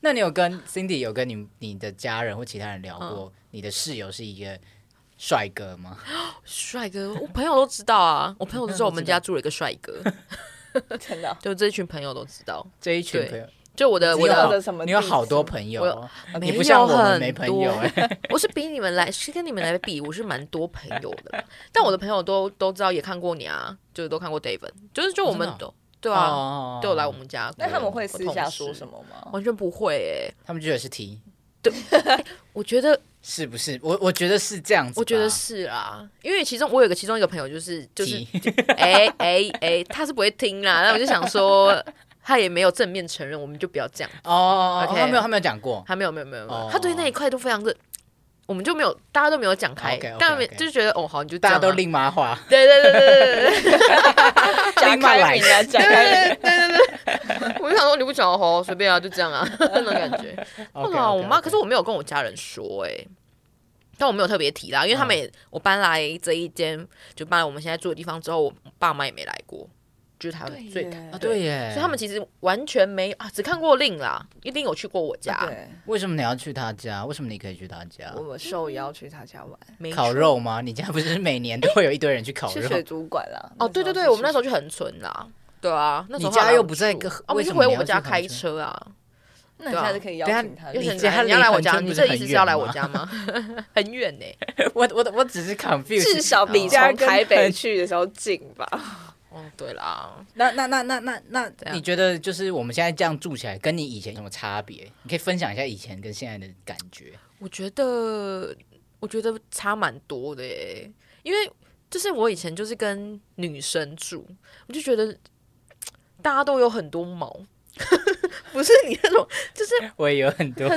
[SPEAKER 1] 那你有跟 Cindy 有跟你你的家人或其他人聊过，你的室友是一个帅哥吗？
[SPEAKER 3] 帅哥，我朋友都知道啊，我朋友都知
[SPEAKER 1] [LAUGHS]
[SPEAKER 3] 道我们家住了一个帅哥，
[SPEAKER 2] 真的，
[SPEAKER 3] 就这一群朋友都知道。
[SPEAKER 1] 这一群
[SPEAKER 3] 对
[SPEAKER 1] 朋友，
[SPEAKER 3] 就我的
[SPEAKER 1] 你
[SPEAKER 3] 我
[SPEAKER 1] 有
[SPEAKER 2] 知道
[SPEAKER 1] 好
[SPEAKER 3] 的，
[SPEAKER 2] 的什么
[SPEAKER 1] 你有
[SPEAKER 2] 地
[SPEAKER 1] 好多
[SPEAKER 2] 方
[SPEAKER 1] 朋友
[SPEAKER 3] 我
[SPEAKER 1] 哦，你
[SPEAKER 3] 没
[SPEAKER 1] 不像
[SPEAKER 3] 有
[SPEAKER 1] 我们
[SPEAKER 3] 很
[SPEAKER 1] 没朋
[SPEAKER 3] 多
[SPEAKER 1] 友哎。
[SPEAKER 3] 我是比你们来是跟你们来比，我是蛮多朋友的啦，但我的朋友都都知道，也看过你啊，就是都看过 David，就是就我们
[SPEAKER 1] 真的
[SPEAKER 3] 都对啊，
[SPEAKER 1] 哦
[SPEAKER 3] 都有来我们家。
[SPEAKER 2] 那他们会私下说什
[SPEAKER 3] 么？
[SPEAKER 2] 么吗？
[SPEAKER 3] 完全不会诶，
[SPEAKER 1] 他们觉得是 T，
[SPEAKER 3] 我觉得
[SPEAKER 1] 是不是？我我觉得是这样子吧，
[SPEAKER 3] 我觉得是啊，因为其中我有个其中一个朋友就是就是
[SPEAKER 1] T，
[SPEAKER 3] 哎哎哎，他是不会听啦，那我就想说他也没有正面承认，我们就不要这样，
[SPEAKER 1] 哦，
[SPEAKER 3] OK
[SPEAKER 1] 他没有他没有讲过，
[SPEAKER 3] 他没有没有没有没有
[SPEAKER 1] 哦
[SPEAKER 3] 他对那一块都非常的，我们就没有大家都没有讲开
[SPEAKER 1] OK，OK，OK，
[SPEAKER 3] 但没就是觉得哦好你就这
[SPEAKER 1] 大
[SPEAKER 3] 样
[SPEAKER 1] 家
[SPEAKER 3] 啊
[SPEAKER 1] 都另妈话，
[SPEAKER 3] [LAUGHS] 对对对对对对对。 [LAUGHS]
[SPEAKER 2] 讲
[SPEAKER 1] 另外来
[SPEAKER 2] 开明啊，讲开明。
[SPEAKER 3] 我就想说你不讲哦，随便啊，就这样啊，那种感觉。
[SPEAKER 1] OK，OK，OK
[SPEAKER 3] 对啊，我妈可是我没有跟我家人说哎、但我没有特别提啦，因为他
[SPEAKER 1] 嗯
[SPEAKER 3] 们也、我搬来这一间，就搬来我们现在住的地方之后，我爸妈也没来过，就是台湾最
[SPEAKER 2] 耶
[SPEAKER 1] 啊，对耶。
[SPEAKER 3] 所以他们其实完全没有啊，只看过令啦，一定有去过我家，
[SPEAKER 2] 对，
[SPEAKER 1] 为什么你要去他家？为什么你可以去他家
[SPEAKER 2] 我？们受邀去他家玩，
[SPEAKER 3] 没
[SPEAKER 1] 烤
[SPEAKER 3] 去
[SPEAKER 1] 肉吗？你家不是每年都会有一对人去烤
[SPEAKER 2] 去
[SPEAKER 1] 肉？
[SPEAKER 2] 水族馆啦。
[SPEAKER 3] 哦，对对对，我们那时
[SPEAKER 1] 啊
[SPEAKER 3] 候就很蠢啦，对啊，那时候
[SPEAKER 1] 你家
[SPEAKER 3] 后来
[SPEAKER 1] 又
[SPEAKER 3] 我
[SPEAKER 1] 不在
[SPEAKER 3] 住
[SPEAKER 1] 个
[SPEAKER 3] 啊，我
[SPEAKER 1] 为
[SPEAKER 3] 们
[SPEAKER 1] 什
[SPEAKER 3] 是
[SPEAKER 1] 么
[SPEAKER 3] 回
[SPEAKER 1] 你
[SPEAKER 3] 我
[SPEAKER 1] 要
[SPEAKER 3] 家
[SPEAKER 1] 去
[SPEAKER 3] 开
[SPEAKER 1] 衡春
[SPEAKER 3] 车啊，
[SPEAKER 2] 候，那你
[SPEAKER 3] 对啊
[SPEAKER 2] 下次可以邀请他。
[SPEAKER 1] 等
[SPEAKER 3] 又
[SPEAKER 1] 一下你
[SPEAKER 3] 是很
[SPEAKER 1] 家
[SPEAKER 3] 远你要来
[SPEAKER 1] 离
[SPEAKER 3] 我
[SPEAKER 1] 恒
[SPEAKER 3] 家，
[SPEAKER 1] 春
[SPEAKER 3] 你
[SPEAKER 1] 不
[SPEAKER 3] 这
[SPEAKER 1] 是
[SPEAKER 3] 意思
[SPEAKER 1] 很
[SPEAKER 3] 是要
[SPEAKER 1] 远
[SPEAKER 3] 来我
[SPEAKER 1] 吗
[SPEAKER 3] 家吗？ [LAUGHS] 很远
[SPEAKER 1] [LAUGHS]
[SPEAKER 3] 呢、
[SPEAKER 1] [LAUGHS] 我我我只是 confused，
[SPEAKER 2] 至少比
[SPEAKER 1] 哦家
[SPEAKER 2] 从
[SPEAKER 1] 跟
[SPEAKER 2] 台北
[SPEAKER 1] 恒
[SPEAKER 2] 去的时候近吧。
[SPEAKER 3] 哦，对啦，
[SPEAKER 1] 那那那那那那
[SPEAKER 3] 样
[SPEAKER 1] 你觉得就是我们现在这样住起来，跟你以前有什么差别？你可以分享一下以前跟现在的感
[SPEAKER 3] [LAUGHS]
[SPEAKER 1] 觉。
[SPEAKER 3] 我觉得，我觉得差蛮多的耶，因为就是我以前就是跟女生住，我就觉得大家都有很多毛， [LAUGHS] 不是你那种，就是
[SPEAKER 1] 我也有很多，
[SPEAKER 3] [LAUGHS]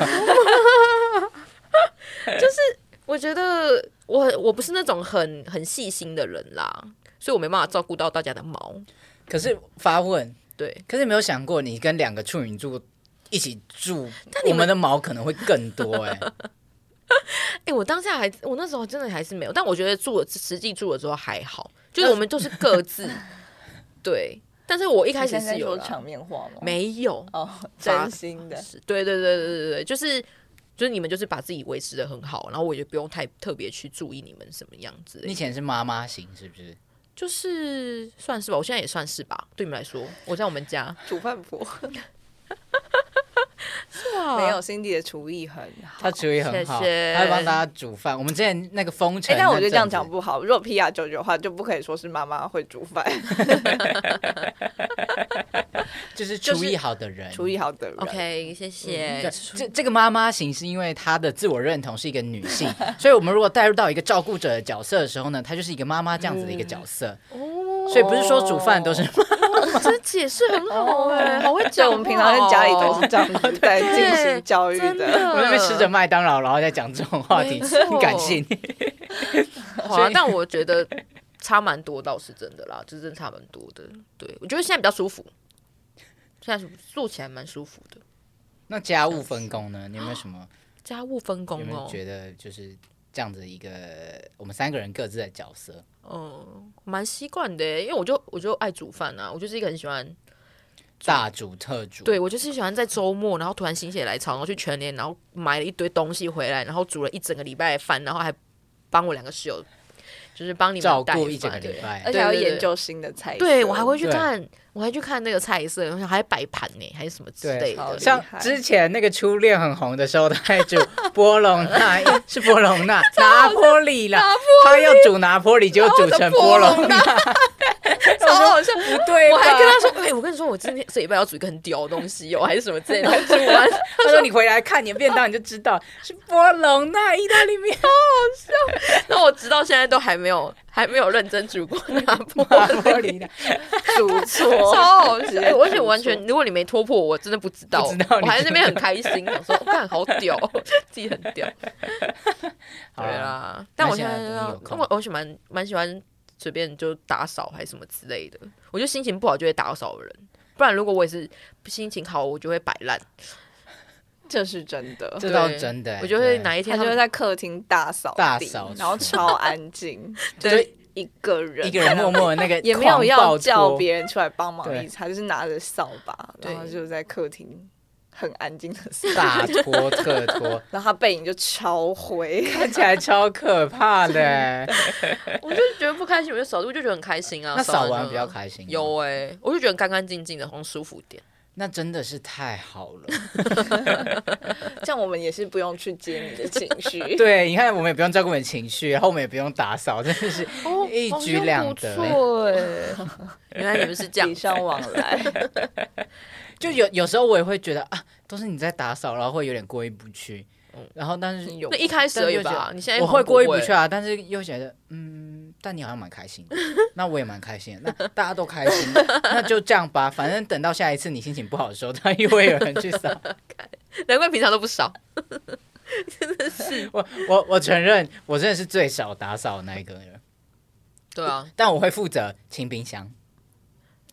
[SPEAKER 3] 我觉得我我不是那种很很细心的人啦，所以我没办法照顾到大家的毛，
[SPEAKER 1] 可是发问，
[SPEAKER 3] 对，
[SPEAKER 1] 可是没有想过你跟两个处女座一起住，我
[SPEAKER 3] 你们
[SPEAKER 1] 们的毛可能会更多哎、
[SPEAKER 3] 哎、我当下还我那时候真的还是没有，但我觉得住了实际住了之后还好，就是我们都是各 [LAUGHS] 自对，但是我一开
[SPEAKER 2] 你
[SPEAKER 3] 始
[SPEAKER 2] 现在
[SPEAKER 3] 是有
[SPEAKER 2] 说
[SPEAKER 3] 啦
[SPEAKER 2] 场面话吗？
[SPEAKER 3] 没有，
[SPEAKER 2] 哦，
[SPEAKER 3] 发
[SPEAKER 2] 真心的。
[SPEAKER 3] 是对对对对对对，就是就是你们就是把自己维持的很好，然后我也不用太特别去注意你们什么样子
[SPEAKER 1] 你以
[SPEAKER 3] 的，
[SPEAKER 1] 前是妈妈型是不是？
[SPEAKER 3] 就是算是吧，我现在也算是吧，对你们来说，我在我们家
[SPEAKER 2] 煮饭婆 [LAUGHS]
[SPEAKER 3] 哇
[SPEAKER 2] 没有 Cindy 的厨艺很好
[SPEAKER 1] 她。厨艺很好，
[SPEAKER 3] 谢谢
[SPEAKER 1] 她会帮大家煮饭。我们之前那个封城那阵
[SPEAKER 2] 哎，
[SPEAKER 1] 子，
[SPEAKER 2] 但我觉得这样讲不好。如果 P R 九九的话，就不可以说是妈妈会煮饭，
[SPEAKER 1] 就是
[SPEAKER 3] 就
[SPEAKER 1] 厨
[SPEAKER 3] 是
[SPEAKER 1] 艺好的人，
[SPEAKER 2] [LAUGHS] 厨艺哎好 [LAUGHS] 的人。
[SPEAKER 3] OK，谢谢
[SPEAKER 1] 对。这这个妈妈型是因为她的自我认同是一个女
[SPEAKER 2] [LAUGHS]
[SPEAKER 1] 性，所以我们如果带入到一个照顾者的角色的时候呢，她就是一个妈妈这样子的一个角色。
[SPEAKER 2] 嗯
[SPEAKER 3] 哦
[SPEAKER 1] 所以不是说煮饭都是
[SPEAKER 3] 这解释很
[SPEAKER 1] 哦
[SPEAKER 3] 好哎，好会
[SPEAKER 2] 对，
[SPEAKER 3] 讲。
[SPEAKER 2] 我们平常在家里都是这样子在
[SPEAKER 3] 对
[SPEAKER 2] 进行教育
[SPEAKER 3] 真
[SPEAKER 2] 的。
[SPEAKER 1] 我们在吃着麦当劳，然后再讲这种话题
[SPEAKER 3] 没
[SPEAKER 2] 哦
[SPEAKER 1] [LAUGHS]
[SPEAKER 3] 错，
[SPEAKER 1] 感性。
[SPEAKER 3] 好啊，但我觉得差蛮多，倒是真的啦，这真的差蛮多的。对，我觉得现在比较舒服，现在是住起来蛮舒服的。
[SPEAKER 1] 那家务分工呢？你有没有什么？
[SPEAKER 3] 家务分
[SPEAKER 1] 有
[SPEAKER 3] 工
[SPEAKER 1] 没有
[SPEAKER 3] 哦，
[SPEAKER 1] 觉得就是这样子一个我们三个人各自的角色？
[SPEAKER 3] 嗯，蛮习惯的耶，因为我就我就爱煮饭啊，我就是一个很喜欢，
[SPEAKER 1] 大煮特煮，
[SPEAKER 3] 对我就是喜欢在周末，然后突然心血来潮，然后去全联，然后买了一堆东西回来，然后煮了一整个礼拜的饭，然后还帮我两个室友，就是帮你们
[SPEAKER 1] 照
[SPEAKER 3] 带
[SPEAKER 1] 顾一整个
[SPEAKER 3] 饭
[SPEAKER 1] 礼拜
[SPEAKER 2] 而。且还要
[SPEAKER 3] 对对对
[SPEAKER 2] 研究新的菜色。
[SPEAKER 3] 对我还会去
[SPEAKER 1] 对
[SPEAKER 3] 看，我还去看那个菜色，然后还摆盘呢，还是什么之
[SPEAKER 1] 对
[SPEAKER 3] 类
[SPEAKER 2] 超
[SPEAKER 3] 的。
[SPEAKER 2] 厉害
[SPEAKER 1] 像之前那个初恋很红的时候，他还煮波隆纳，是波隆纳，拿坡里啦，他要煮拿坡里，就煮成波隆纳，
[SPEAKER 2] 超好 [LAUGHS] 笑。
[SPEAKER 1] 不对
[SPEAKER 3] 我还跟
[SPEAKER 1] 吧？
[SPEAKER 3] 他说：“哎、我跟你说，我今天这礼拜要煮一个很屌的东西哦，还是什么之类的。” [LAUGHS] 煮完，
[SPEAKER 1] 他说你回来看你的便当，你就知道是波隆纳意大利面。
[SPEAKER 3] 然后我直到现在都还没有，还没有认真煮过那
[SPEAKER 2] [LAUGHS]
[SPEAKER 3] 波。
[SPEAKER 1] 拿坡里的，
[SPEAKER 2] 煮
[SPEAKER 3] 超
[SPEAKER 2] 错，
[SPEAKER 3] 好吃，
[SPEAKER 2] 接
[SPEAKER 3] 哎而且完全，如果你没戳破我，我真的不知道。
[SPEAKER 1] 不知道你
[SPEAKER 3] 我还在那边很开心，想说，干好屌，哦 [LAUGHS] 自己很屌。
[SPEAKER 1] [LAUGHS] 好
[SPEAKER 3] 对啊
[SPEAKER 1] 啦，
[SPEAKER 3] 啦，但我现在
[SPEAKER 1] 现在有空
[SPEAKER 3] 我我喜欢蛮喜欢随便就打扫还是什么之类的，我就心情不好就会打扫的人，不然如果我也是心情好，我就会摆烂，
[SPEAKER 2] [LAUGHS] 这是真的。
[SPEAKER 1] 这倒真的欸，
[SPEAKER 3] 我就会
[SPEAKER 1] 对
[SPEAKER 3] 哪一
[SPEAKER 2] 他
[SPEAKER 3] 天
[SPEAKER 2] 就
[SPEAKER 3] 他
[SPEAKER 2] 会
[SPEAKER 3] 们
[SPEAKER 2] 在客厅大扫地
[SPEAKER 1] 大扫除
[SPEAKER 2] 然后超安
[SPEAKER 1] [LAUGHS]
[SPEAKER 2] 静，
[SPEAKER 1] 对
[SPEAKER 2] 就一个人，
[SPEAKER 1] 一个人默默的那个
[SPEAKER 2] 也没有
[SPEAKER 1] 狂
[SPEAKER 2] 要
[SPEAKER 1] 暴
[SPEAKER 2] 叫
[SPEAKER 1] 拖
[SPEAKER 2] 别人出来帮忙的
[SPEAKER 1] 对
[SPEAKER 2] 意思，他就是拿着扫把，
[SPEAKER 3] 对
[SPEAKER 2] 然后就在客厅很安静的扫，
[SPEAKER 1] 大拖特拖，
[SPEAKER 2] 然后他背影就超灰， [LAUGHS]
[SPEAKER 1] 看起来超可怕的欸。
[SPEAKER 3] 我就觉得不开心，我就扫，我就觉得很开心啊。
[SPEAKER 1] 那扫
[SPEAKER 3] 完
[SPEAKER 1] 完
[SPEAKER 3] 就
[SPEAKER 1] 比较开心，啊
[SPEAKER 3] 有哎、我就觉得干干净净的，好像舒服点。
[SPEAKER 1] 那真的是太好了。
[SPEAKER 2] 这样我们也是不用去接你的情绪。
[SPEAKER 3] [LAUGHS]
[SPEAKER 1] [LAUGHS] 对，你看我们也不用照顾你的情绪，然后我们也不用打扫，真的是
[SPEAKER 3] 哦
[SPEAKER 1] 一举两得
[SPEAKER 3] 不
[SPEAKER 2] [LAUGHS]
[SPEAKER 3] 错哎、原来你们是这 [LAUGHS]
[SPEAKER 2] 礼
[SPEAKER 3] 样。
[SPEAKER 2] 尚往来，
[SPEAKER 1] 就有有时候我也会觉得啊，都是你在打扫，然后会有点过意不去
[SPEAKER 3] 嗯。
[SPEAKER 1] 然后但是
[SPEAKER 2] 你有
[SPEAKER 3] 那一开始而已
[SPEAKER 1] 但又觉
[SPEAKER 3] 吧，你现在
[SPEAKER 1] 我
[SPEAKER 3] 好像
[SPEAKER 1] 会
[SPEAKER 3] 不
[SPEAKER 1] 过意不去啊，但是又觉得嗯，但你好像蛮开
[SPEAKER 3] [LAUGHS]
[SPEAKER 1] 心的，那我也蛮开心的，那大家都开心， [LAUGHS] 那就这样吧。反正等到下一次你心情不好的时候，他又会有人去
[SPEAKER 3] [LAUGHS]
[SPEAKER 1] 扫。
[SPEAKER 3] 难怪平常都不扫。
[SPEAKER 1] 我我我承认，我真的是最少打扫的那一个人，
[SPEAKER 3] 对啊，
[SPEAKER 1] 但我会负责清冰箱。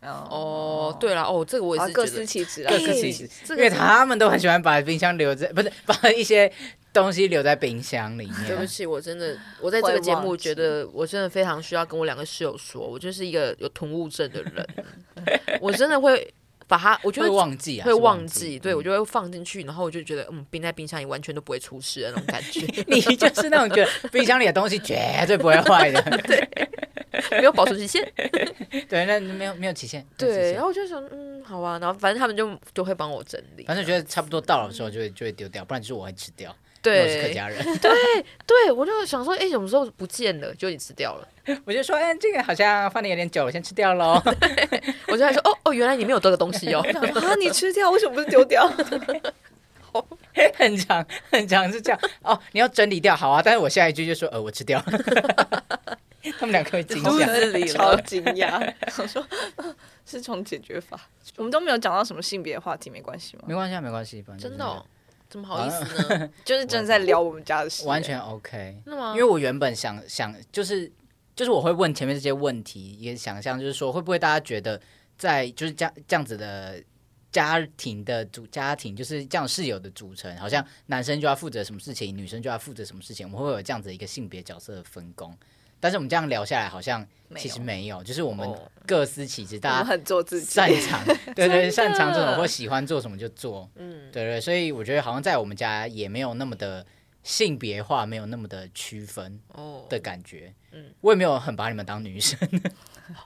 [SPEAKER 3] 哦，对了，哦，这个我也
[SPEAKER 2] 啊，
[SPEAKER 3] 是
[SPEAKER 2] 各
[SPEAKER 3] 觉得
[SPEAKER 2] 司其职啊
[SPEAKER 1] 各，
[SPEAKER 3] 哎
[SPEAKER 1] 司其职，
[SPEAKER 3] 这
[SPEAKER 1] 因
[SPEAKER 3] 个
[SPEAKER 1] 为他们都很喜欢把冰箱留在， [LAUGHS] 不是把一些东西留在冰箱里
[SPEAKER 3] 对不
[SPEAKER 1] 面。
[SPEAKER 3] 起，我真的，我在这个节目觉得我真的非常需要跟我两个室友说，我就是一个有囤物症的
[SPEAKER 1] [LAUGHS]
[SPEAKER 3] 人，我真的会把它，我觉
[SPEAKER 1] 会
[SPEAKER 3] 得
[SPEAKER 1] 忘记啊，
[SPEAKER 3] 会
[SPEAKER 1] 是
[SPEAKER 3] 忘记，对我
[SPEAKER 1] 就
[SPEAKER 3] 就会放进去，然后我就觉得，嗯，冰在冰箱里完全都不会出事的那种感
[SPEAKER 1] [LAUGHS]
[SPEAKER 3] 觉，
[SPEAKER 1] 嗯你就是那种觉得冰箱里的东西绝对不会坏
[SPEAKER 3] [LAUGHS]
[SPEAKER 1] 的，
[SPEAKER 3] 没有保存
[SPEAKER 1] [LAUGHS]
[SPEAKER 3] 期限。
[SPEAKER 1] 对，那没有没有期限，没有期
[SPEAKER 3] 对，
[SPEAKER 1] 限
[SPEAKER 3] 然后我就想，嗯，好啊，然后反正他们就就会帮我整理。
[SPEAKER 1] 反正觉得差不多到了之后就会就会丢掉，不然就是我会吃掉，因为我是客
[SPEAKER 3] 对
[SPEAKER 1] 家人， [LAUGHS]
[SPEAKER 3] 对，我就想说，哎，什么时候不见了？就已经吃掉了。
[SPEAKER 1] 我就说，哎，这个好像放的有点久，我先吃掉喽。
[SPEAKER 3] 我就还说，哦哦，原来里面有这个东西哦。 [LAUGHS]
[SPEAKER 2] 啊，你吃掉为什么不是丢掉？
[SPEAKER 1] [LAUGHS] 很长很长是这样哦，你要整理掉，好啊。但是我下一句就说，呃，我吃掉了。 [LAUGHS] 他们两个会惊
[SPEAKER 3] 肚
[SPEAKER 1] 吓，
[SPEAKER 3] 子里了
[SPEAKER 2] 超惊讶，想说 [LAUGHS] 呃是从解决法，我们都没有讲到什么性别的话题，没关系吗？
[SPEAKER 1] 没关系啊，没关系，反正就
[SPEAKER 3] 真的
[SPEAKER 1] 是
[SPEAKER 3] 哦、怎么好意思
[SPEAKER 1] 啊
[SPEAKER 3] 呢？
[SPEAKER 2] 就是正在聊我们家的事，
[SPEAKER 1] 完全 OK。
[SPEAKER 3] 真
[SPEAKER 2] 嗯
[SPEAKER 3] 的吗
[SPEAKER 1] 因为我原本想想就是就是我会问前面这些问题，也想象就是说会不会大家觉得在就是这样这样子的家庭的组家庭就是这样室友的组成，好像男生就要负责什么事情，女生就要负责什么事情，我们会不会有这样子一个性别角色的分工。但是我们这样聊下来，好像
[SPEAKER 2] 没有
[SPEAKER 1] 其实没有，就是我们
[SPEAKER 3] 哦
[SPEAKER 1] 各司其职，
[SPEAKER 2] 我
[SPEAKER 1] 大
[SPEAKER 2] 们
[SPEAKER 1] 家
[SPEAKER 2] 很做自己，
[SPEAKER 1] 擅长，对对，
[SPEAKER 3] 的
[SPEAKER 1] 擅长这种或喜欢做什么就做，嗯，对对，所以我觉得好像在我们家也没有那么的性别化，没有那么的区分
[SPEAKER 3] 哦，
[SPEAKER 1] 的感觉，嗯，我也没有很把你们当女生，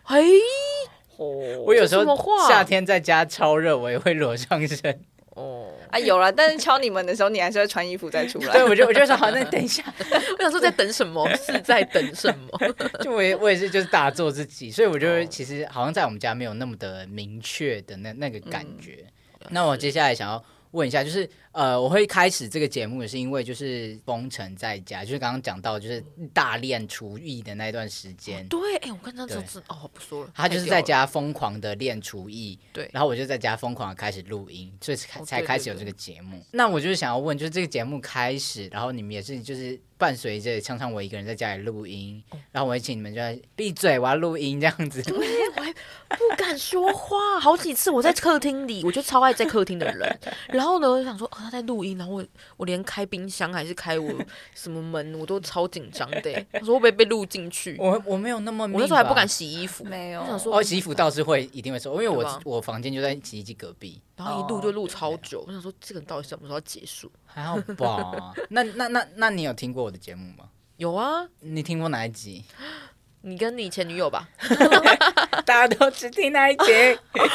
[SPEAKER 3] 嘿，
[SPEAKER 2] 哦
[SPEAKER 1] 我有时候
[SPEAKER 3] 这什么话
[SPEAKER 1] 夏天在家超热，我也会裸上身， [LAUGHS]
[SPEAKER 3] 哦，
[SPEAKER 2] 啊有了，但是敲你们的时候，你还是会穿衣服再出来。
[SPEAKER 1] 对，我就我就说好，那你等一下，
[SPEAKER 3] 我想说在等什 [LAUGHS] 么？是在等什 [LAUGHS] 么？
[SPEAKER 1] 就我也我也是就是大做自己，所以我觉
[SPEAKER 3] 哦
[SPEAKER 1] 得其实好像在我们家没有那么的明确的那那个感
[SPEAKER 3] 嗯
[SPEAKER 1] 觉。那我接下来想要问一下，就是呃，我会开始这个节目是因为就是封城在家，就是刚刚讲到就是大练厨艺的那段时间。
[SPEAKER 3] 对，哎、我看他这
[SPEAKER 1] 对
[SPEAKER 3] 次哦，不说了，
[SPEAKER 1] 他就是在
[SPEAKER 3] 太屌了。
[SPEAKER 1] 家疯狂的练厨艺，
[SPEAKER 3] 对
[SPEAKER 1] 然后我就在家疯狂的开始录音，所以才
[SPEAKER 3] 哦
[SPEAKER 1] 才
[SPEAKER 3] 对
[SPEAKER 1] 开
[SPEAKER 3] 对
[SPEAKER 1] 始有
[SPEAKER 3] 对
[SPEAKER 1] 这个节目。那我就是想要问，就是这个节目开始，然后你们也是就是伴随着常常我一个人在家里录音，然后我也请你们就在闭嘴，我要录音这样子。
[SPEAKER 3] 哦对，哎我还不敢说话，好几次我在客厅里，我就超爱在客厅的 [LAUGHS] 人。然后呢，我就想说，哦，他在录音，然后我我连开冰箱还是开我什么门，我都超紧张 [LAUGHS] 的。欸我说会不会被录进去？我
[SPEAKER 1] 我我没有那么，
[SPEAKER 3] 那时候还不敢。洗衣服，
[SPEAKER 2] 没有
[SPEAKER 3] 我想说，
[SPEAKER 1] 哦，洗衣服倒是会一定会收，因为
[SPEAKER 3] 对吧
[SPEAKER 1] 我我房间就在洗衣机隔壁，
[SPEAKER 3] 然后一录就录超久。我想说，这个到底什么时候结束？
[SPEAKER 1] 还好吧？
[SPEAKER 3] [LAUGHS]
[SPEAKER 1] 那那那那你有听过我的节目吗？
[SPEAKER 3] 有啊，
[SPEAKER 1] 你听过哪一集？
[SPEAKER 3] 你跟你前女友吧？
[SPEAKER 1] 大家都只听那一集，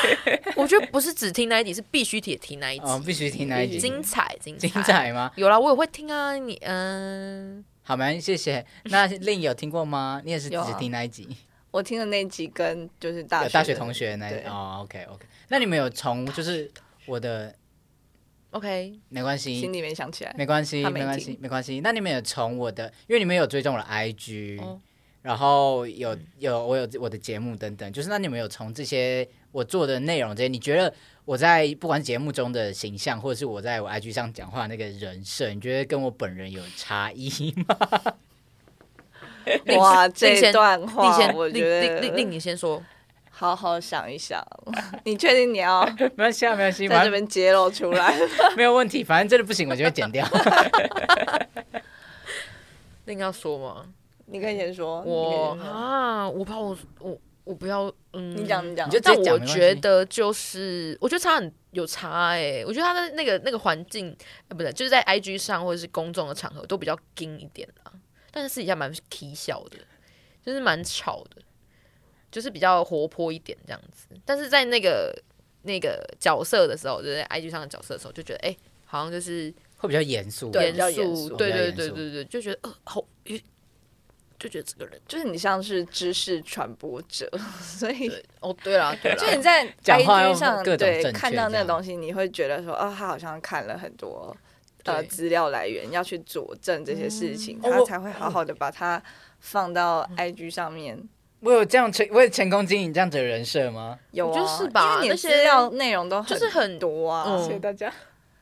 [SPEAKER 3] [LAUGHS] 我觉得不是只听那一集，是必须得听那一
[SPEAKER 1] [LAUGHS]
[SPEAKER 3] 集。
[SPEAKER 1] 哦，必须听那一集，
[SPEAKER 3] 精彩，精彩，
[SPEAKER 1] 精彩吗？
[SPEAKER 3] 有啦，我也会听啊，你嗯，
[SPEAKER 1] 好，蛮谢
[SPEAKER 2] [LAUGHS]
[SPEAKER 1] 谢。那令有听过吗？你也是只
[SPEAKER 2] 有啊
[SPEAKER 1] 听那一集，
[SPEAKER 2] 我听的那集跟就是大
[SPEAKER 1] 有
[SPEAKER 2] 学
[SPEAKER 1] 大学同学那一
[SPEAKER 2] 对
[SPEAKER 1] 集哦，OK OK。那你们有从就是我的
[SPEAKER 3] OK，
[SPEAKER 1] 没关
[SPEAKER 2] 心
[SPEAKER 1] 系，
[SPEAKER 2] 里面想
[SPEAKER 3] [LAUGHS]
[SPEAKER 2] 起来，
[SPEAKER 1] 没关系，
[SPEAKER 2] 他没
[SPEAKER 1] 没关
[SPEAKER 2] 听
[SPEAKER 1] 系，没关系。那你们有从我的，因为你们有追踪我的 IG，、
[SPEAKER 2] 嗯
[SPEAKER 3] 哦
[SPEAKER 1] 然后有有我有我的节目等等，就是那你们有从这些我做的内容这些，你觉得我在不管节目中的形象，或者是我在我 IG 上讲话那个人设，你觉得跟我本人有差异 [LAUGHS] 吗？
[SPEAKER 2] 哇，
[SPEAKER 3] 令令
[SPEAKER 2] 这
[SPEAKER 3] 先
[SPEAKER 2] 段
[SPEAKER 3] 令
[SPEAKER 2] 话
[SPEAKER 3] 先，
[SPEAKER 2] 我
[SPEAKER 3] 令
[SPEAKER 2] 觉得
[SPEAKER 3] 令令令你先说，
[SPEAKER 2] 好好想一想，你确定你要
[SPEAKER 1] 没关系啊，没关系，
[SPEAKER 2] 在
[SPEAKER 1] 反正
[SPEAKER 2] 这边揭露出来？
[SPEAKER 1] 没有问题，反正真的不行我就会剪掉。
[SPEAKER 3] 令要说吗？
[SPEAKER 2] [LAUGHS] 你可以先说，
[SPEAKER 3] 我
[SPEAKER 2] 你可以先说
[SPEAKER 3] 啊，我怕我我我不要，嗯，
[SPEAKER 2] 你讲你讲
[SPEAKER 1] 你就，直
[SPEAKER 3] 但
[SPEAKER 1] 接讲
[SPEAKER 3] 我
[SPEAKER 1] 没关系
[SPEAKER 3] 觉得就是，我觉得差很有差哎、我觉得他的那个那个环境，呃，不对，就是在 IG 上或者是公众的场合都比较硬一点啦，但是私底下蛮啼笑的，就是蛮吵的，就是比较活泼一点这样子。但是在那个那个角色的时候，就是在 IG 上的角色的时候，就觉得哎、好像就是
[SPEAKER 1] 会比较严肃，
[SPEAKER 2] 对比较严
[SPEAKER 3] 肃
[SPEAKER 2] 肃，
[SPEAKER 3] 对
[SPEAKER 1] 比较
[SPEAKER 3] 对
[SPEAKER 1] 严
[SPEAKER 3] 对
[SPEAKER 1] 肃
[SPEAKER 3] 对对，就觉得呃好，就觉得这个人
[SPEAKER 2] 就是你像是知识传播者，所以
[SPEAKER 3] 哦，对啦对 [LAUGHS] 啦，
[SPEAKER 2] 就你在
[SPEAKER 1] 讲话要
[SPEAKER 2] IG 上
[SPEAKER 1] 各种
[SPEAKER 2] 对
[SPEAKER 1] 正确
[SPEAKER 2] 看到那
[SPEAKER 1] 这
[SPEAKER 2] 个
[SPEAKER 1] 样
[SPEAKER 2] 东西，你会觉得说，啊，他好像看了很多呃
[SPEAKER 3] 对嗯
[SPEAKER 2] 资料来源，要去佐证这些事情，
[SPEAKER 1] 哦
[SPEAKER 2] 他
[SPEAKER 1] 我
[SPEAKER 2] 才会好好的把它放到 IG 上面。
[SPEAKER 1] 我有这样成，我有成功经营这样子的人设吗？
[SPEAKER 2] 有
[SPEAKER 3] 我
[SPEAKER 2] 啊，
[SPEAKER 3] 觉得是吧
[SPEAKER 2] 因为你
[SPEAKER 3] 那
[SPEAKER 2] 的
[SPEAKER 3] 些
[SPEAKER 2] 资料内容都
[SPEAKER 3] 就是很
[SPEAKER 2] 多啊，
[SPEAKER 3] 嗯谢谢
[SPEAKER 1] 大家。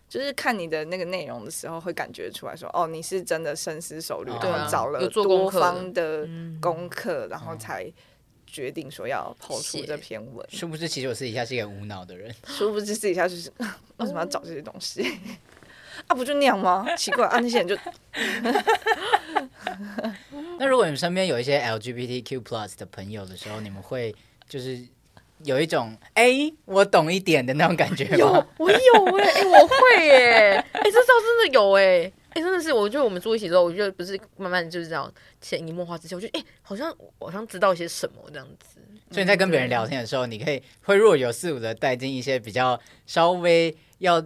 [SPEAKER 2] 就是看你的那个内容的时候，会感觉出来说，哦，你是真的深思熟虑，
[SPEAKER 1] 哦
[SPEAKER 2] 然后找了
[SPEAKER 3] 啊有做功
[SPEAKER 2] 多
[SPEAKER 3] 嗯课的
[SPEAKER 2] 方的功课，然后才决定说要抛出
[SPEAKER 3] 写
[SPEAKER 2] 这篇文，
[SPEAKER 1] 殊不知其实我私底下是一个无脑 [LAUGHS] 的人。
[SPEAKER 2] 殊不知私底下就是 [LAUGHS] 为什么要找这些东西
[SPEAKER 1] 哦
[SPEAKER 2] [LAUGHS] 啊？不就那样吗？奇怪啊，那些人就
[SPEAKER 1] 那如果你们身边有一些 LGBTQ plus 的朋友的时候，你们会就是有一种哎、诶我懂一点的那种感觉
[SPEAKER 3] [LAUGHS] 有
[SPEAKER 1] 吗？，
[SPEAKER 3] 我有哎、欸我会耶、欸，哎、这招真的有哎、欸，哎、真的是，我觉得我们住一起之后，我就不是慢慢就是这样潜移默化之下，我觉得哎、欸好像我好像知道些什么这样子，
[SPEAKER 1] 所以你在跟别人聊天的时候，你可以会若有似无的带进一些比较稍微要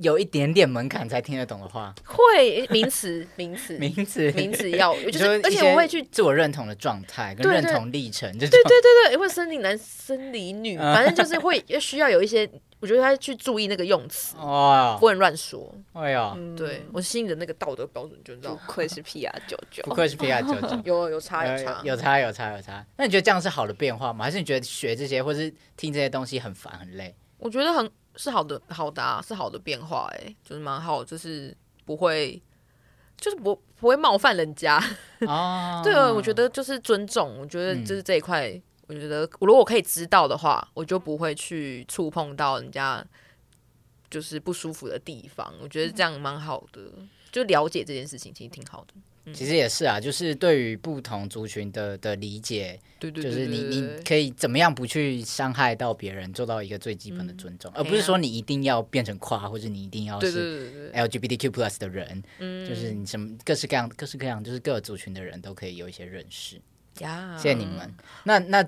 [SPEAKER 1] 有一点点门槛才听得懂的话，
[SPEAKER 3] 会欸名词名词
[SPEAKER 1] 名词
[SPEAKER 3] 名词要， [LAUGHS] 我
[SPEAKER 1] 你
[SPEAKER 3] 就
[SPEAKER 1] 说
[SPEAKER 3] 是
[SPEAKER 1] 一
[SPEAKER 3] 而且
[SPEAKER 1] 些
[SPEAKER 3] 我会去。
[SPEAKER 1] 自我认同的状态跟
[SPEAKER 3] 对
[SPEAKER 1] 认
[SPEAKER 3] 对
[SPEAKER 1] 同历程这种
[SPEAKER 3] 对对对对，会生理男、生理女，
[SPEAKER 1] 嗯
[SPEAKER 3] [LAUGHS] 反正就是会需要有一些，我觉得他去注意那个用词，
[SPEAKER 1] 哦
[SPEAKER 3] 不，能乱说。
[SPEAKER 1] 哎呦，
[SPEAKER 2] 嗯
[SPEAKER 3] 对我心里的那个道德标准，就知
[SPEAKER 2] 不
[SPEAKER 3] 道
[SPEAKER 2] 愧哦是 PR 九九
[SPEAKER 1] 不，愧是 PR 九九。
[SPEAKER 3] 有有差有差
[SPEAKER 1] 呃有有差有差有差，那你觉得这样是好的变化吗？还是你觉得学这些或是听这些东西很烦很
[SPEAKER 3] [LAUGHS]
[SPEAKER 1] 累？
[SPEAKER 3] 我觉得很是好的，好的、啊，是好的变化、欸，就是蛮好，就是不会，就是不不会冒犯人家。，
[SPEAKER 1] 哦
[SPEAKER 3] 对啊，我觉得就是尊重，我觉得
[SPEAKER 1] 嗯
[SPEAKER 3] 就是这一块，我觉得如果我可以知道的话，我就不会去触碰到人家就是不舒服的地方。我觉得这样蛮好的，就了解这件事情其实挺好的。
[SPEAKER 1] 其实也是啊，就是对于不同族群的的理解，
[SPEAKER 3] 对对
[SPEAKER 1] 就
[SPEAKER 3] 对
[SPEAKER 1] 是
[SPEAKER 3] 对
[SPEAKER 1] 你
[SPEAKER 3] 对
[SPEAKER 1] 你可以怎么样不去伤害到别人，做到一个最基本的尊重，而不
[SPEAKER 3] 哎
[SPEAKER 1] 是
[SPEAKER 3] 呀
[SPEAKER 1] 说你一定要变成跨，或者你一定要
[SPEAKER 3] 对对
[SPEAKER 1] 是
[SPEAKER 3] 对对对，
[SPEAKER 1] LGBTQ plus 的人，
[SPEAKER 3] 嗯
[SPEAKER 1] 就是你什么各式各样、各式各样，就是各个族群的人都可以有一些认识。
[SPEAKER 3] 呀，
[SPEAKER 1] 谢谢你
[SPEAKER 2] 嗯
[SPEAKER 1] 们。那那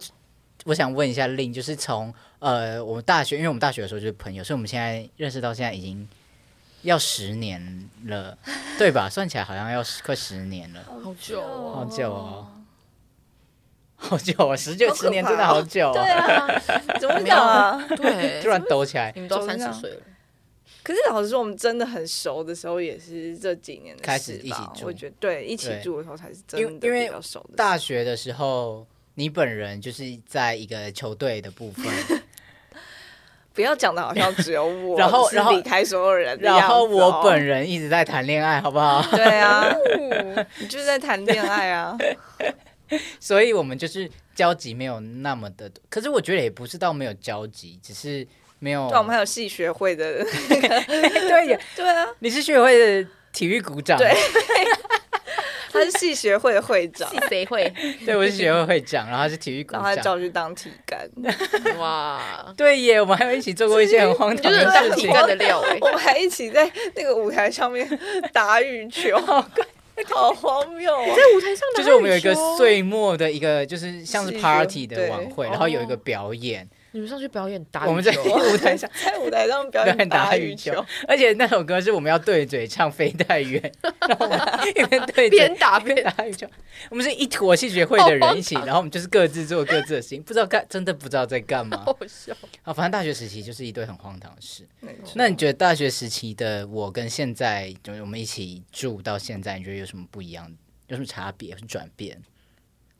[SPEAKER 1] 我想问一下令，就是从呃我们大学，因为我们大学的时候就是朋友，所以我们现在认识到现在已经要十年了，对
[SPEAKER 2] [LAUGHS]
[SPEAKER 1] 吧？算起来好像要十快十年了。
[SPEAKER 3] 好久哦
[SPEAKER 1] 好久哦，好久哦，十九
[SPEAKER 2] 好可
[SPEAKER 1] 十年真的
[SPEAKER 2] 怕哦
[SPEAKER 1] 好久
[SPEAKER 2] 对
[SPEAKER 1] 哦，
[SPEAKER 2] 啊，怎么会这样啊？
[SPEAKER 3] 对，
[SPEAKER 1] [LAUGHS] 突然啊抖起来
[SPEAKER 3] 你，们都
[SPEAKER 2] 怎么
[SPEAKER 3] 三
[SPEAKER 2] 这
[SPEAKER 3] 十
[SPEAKER 2] 样
[SPEAKER 3] 岁了，
[SPEAKER 2] 可是老实说，我们真的很熟的时候，也是这几年的
[SPEAKER 1] 开始
[SPEAKER 2] 事
[SPEAKER 1] 一起
[SPEAKER 2] 吧
[SPEAKER 1] 住
[SPEAKER 2] 我觉得对，一起
[SPEAKER 1] 对
[SPEAKER 2] 住的时候才是真
[SPEAKER 1] 因为
[SPEAKER 2] 的
[SPEAKER 1] 因为
[SPEAKER 2] 比较熟的。
[SPEAKER 1] 大学的时候。你本人就是在一个球队的
[SPEAKER 2] [LAUGHS]
[SPEAKER 1] 部分，
[SPEAKER 2] 不要讲的好像只有我，
[SPEAKER 1] [LAUGHS] 然后
[SPEAKER 2] 是
[SPEAKER 1] 然后
[SPEAKER 2] 离开所有人的样子
[SPEAKER 1] 然
[SPEAKER 2] 哦，
[SPEAKER 1] 后我本人一直在谈恋爱，好不好？
[SPEAKER 2] 对
[SPEAKER 1] [LAUGHS]
[SPEAKER 2] 啊，你就是在谈恋爱
[SPEAKER 1] 哦
[SPEAKER 2] 啊，
[SPEAKER 1] 所以我们就是交集没有那么的多，可是我觉得也不是到没有交集，只是没有。
[SPEAKER 2] 啊对，我们还有戏学会的， [LAUGHS]
[SPEAKER 1] 对呀，
[SPEAKER 2] 对啊，
[SPEAKER 1] 你是学会的体育股长，
[SPEAKER 2] 对他是戏学会的会长，
[SPEAKER 3] [LAUGHS] 是谁会？ [LAUGHS]
[SPEAKER 1] 对，我是学会会长，然后他是体育股
[SPEAKER 2] 然后他
[SPEAKER 1] 长。
[SPEAKER 2] 叫去当体干，
[SPEAKER 3] 哇，
[SPEAKER 1] 对耶，我们还有一起做过一些很荒
[SPEAKER 3] 你就
[SPEAKER 1] 唐
[SPEAKER 2] [LAUGHS]
[SPEAKER 3] 是
[SPEAKER 1] 的
[SPEAKER 3] 当
[SPEAKER 1] 事
[SPEAKER 3] 体
[SPEAKER 1] 情。
[SPEAKER 3] 干的料哎、
[SPEAKER 2] 我们还一起在那个舞台上面打羽球， [LAUGHS] 好荒谬啊！
[SPEAKER 3] 舞台上
[SPEAKER 1] 就是我们有一个，岁末的一个，就是像是
[SPEAKER 2] 是
[SPEAKER 1] party
[SPEAKER 2] 对哦
[SPEAKER 1] 的晚会，然后有一个表演，
[SPEAKER 3] 你们上去表演打羽
[SPEAKER 1] 我们在
[SPEAKER 3] 球啊
[SPEAKER 1] [LAUGHS] 舞台上
[SPEAKER 2] [LAUGHS] 在舞台上表
[SPEAKER 1] 表
[SPEAKER 2] 演
[SPEAKER 1] 演
[SPEAKER 2] 打
[SPEAKER 1] 打
[SPEAKER 2] 羽
[SPEAKER 1] 羽
[SPEAKER 2] 球
[SPEAKER 1] 球，，而且那首歌是我们要对嘴唱《飞太远》，然后我们一边对
[SPEAKER 3] 边
[SPEAKER 1] 嘴。
[SPEAKER 3] 打
[SPEAKER 1] 边
[SPEAKER 3] 边
[SPEAKER 1] 打羽球，我们是一坨戏学会的人一起，然后我们就是各自做各自的事情，不知道干，真的不知道在干嘛
[SPEAKER 3] 好笑。
[SPEAKER 1] 啊！反正大学时期就是一堆很荒唐的事。
[SPEAKER 2] 没错
[SPEAKER 1] 那你觉得大学时期的我跟现在，就是我们一起住到现在，你觉得有什么不一样？有什么差别？有什么转变？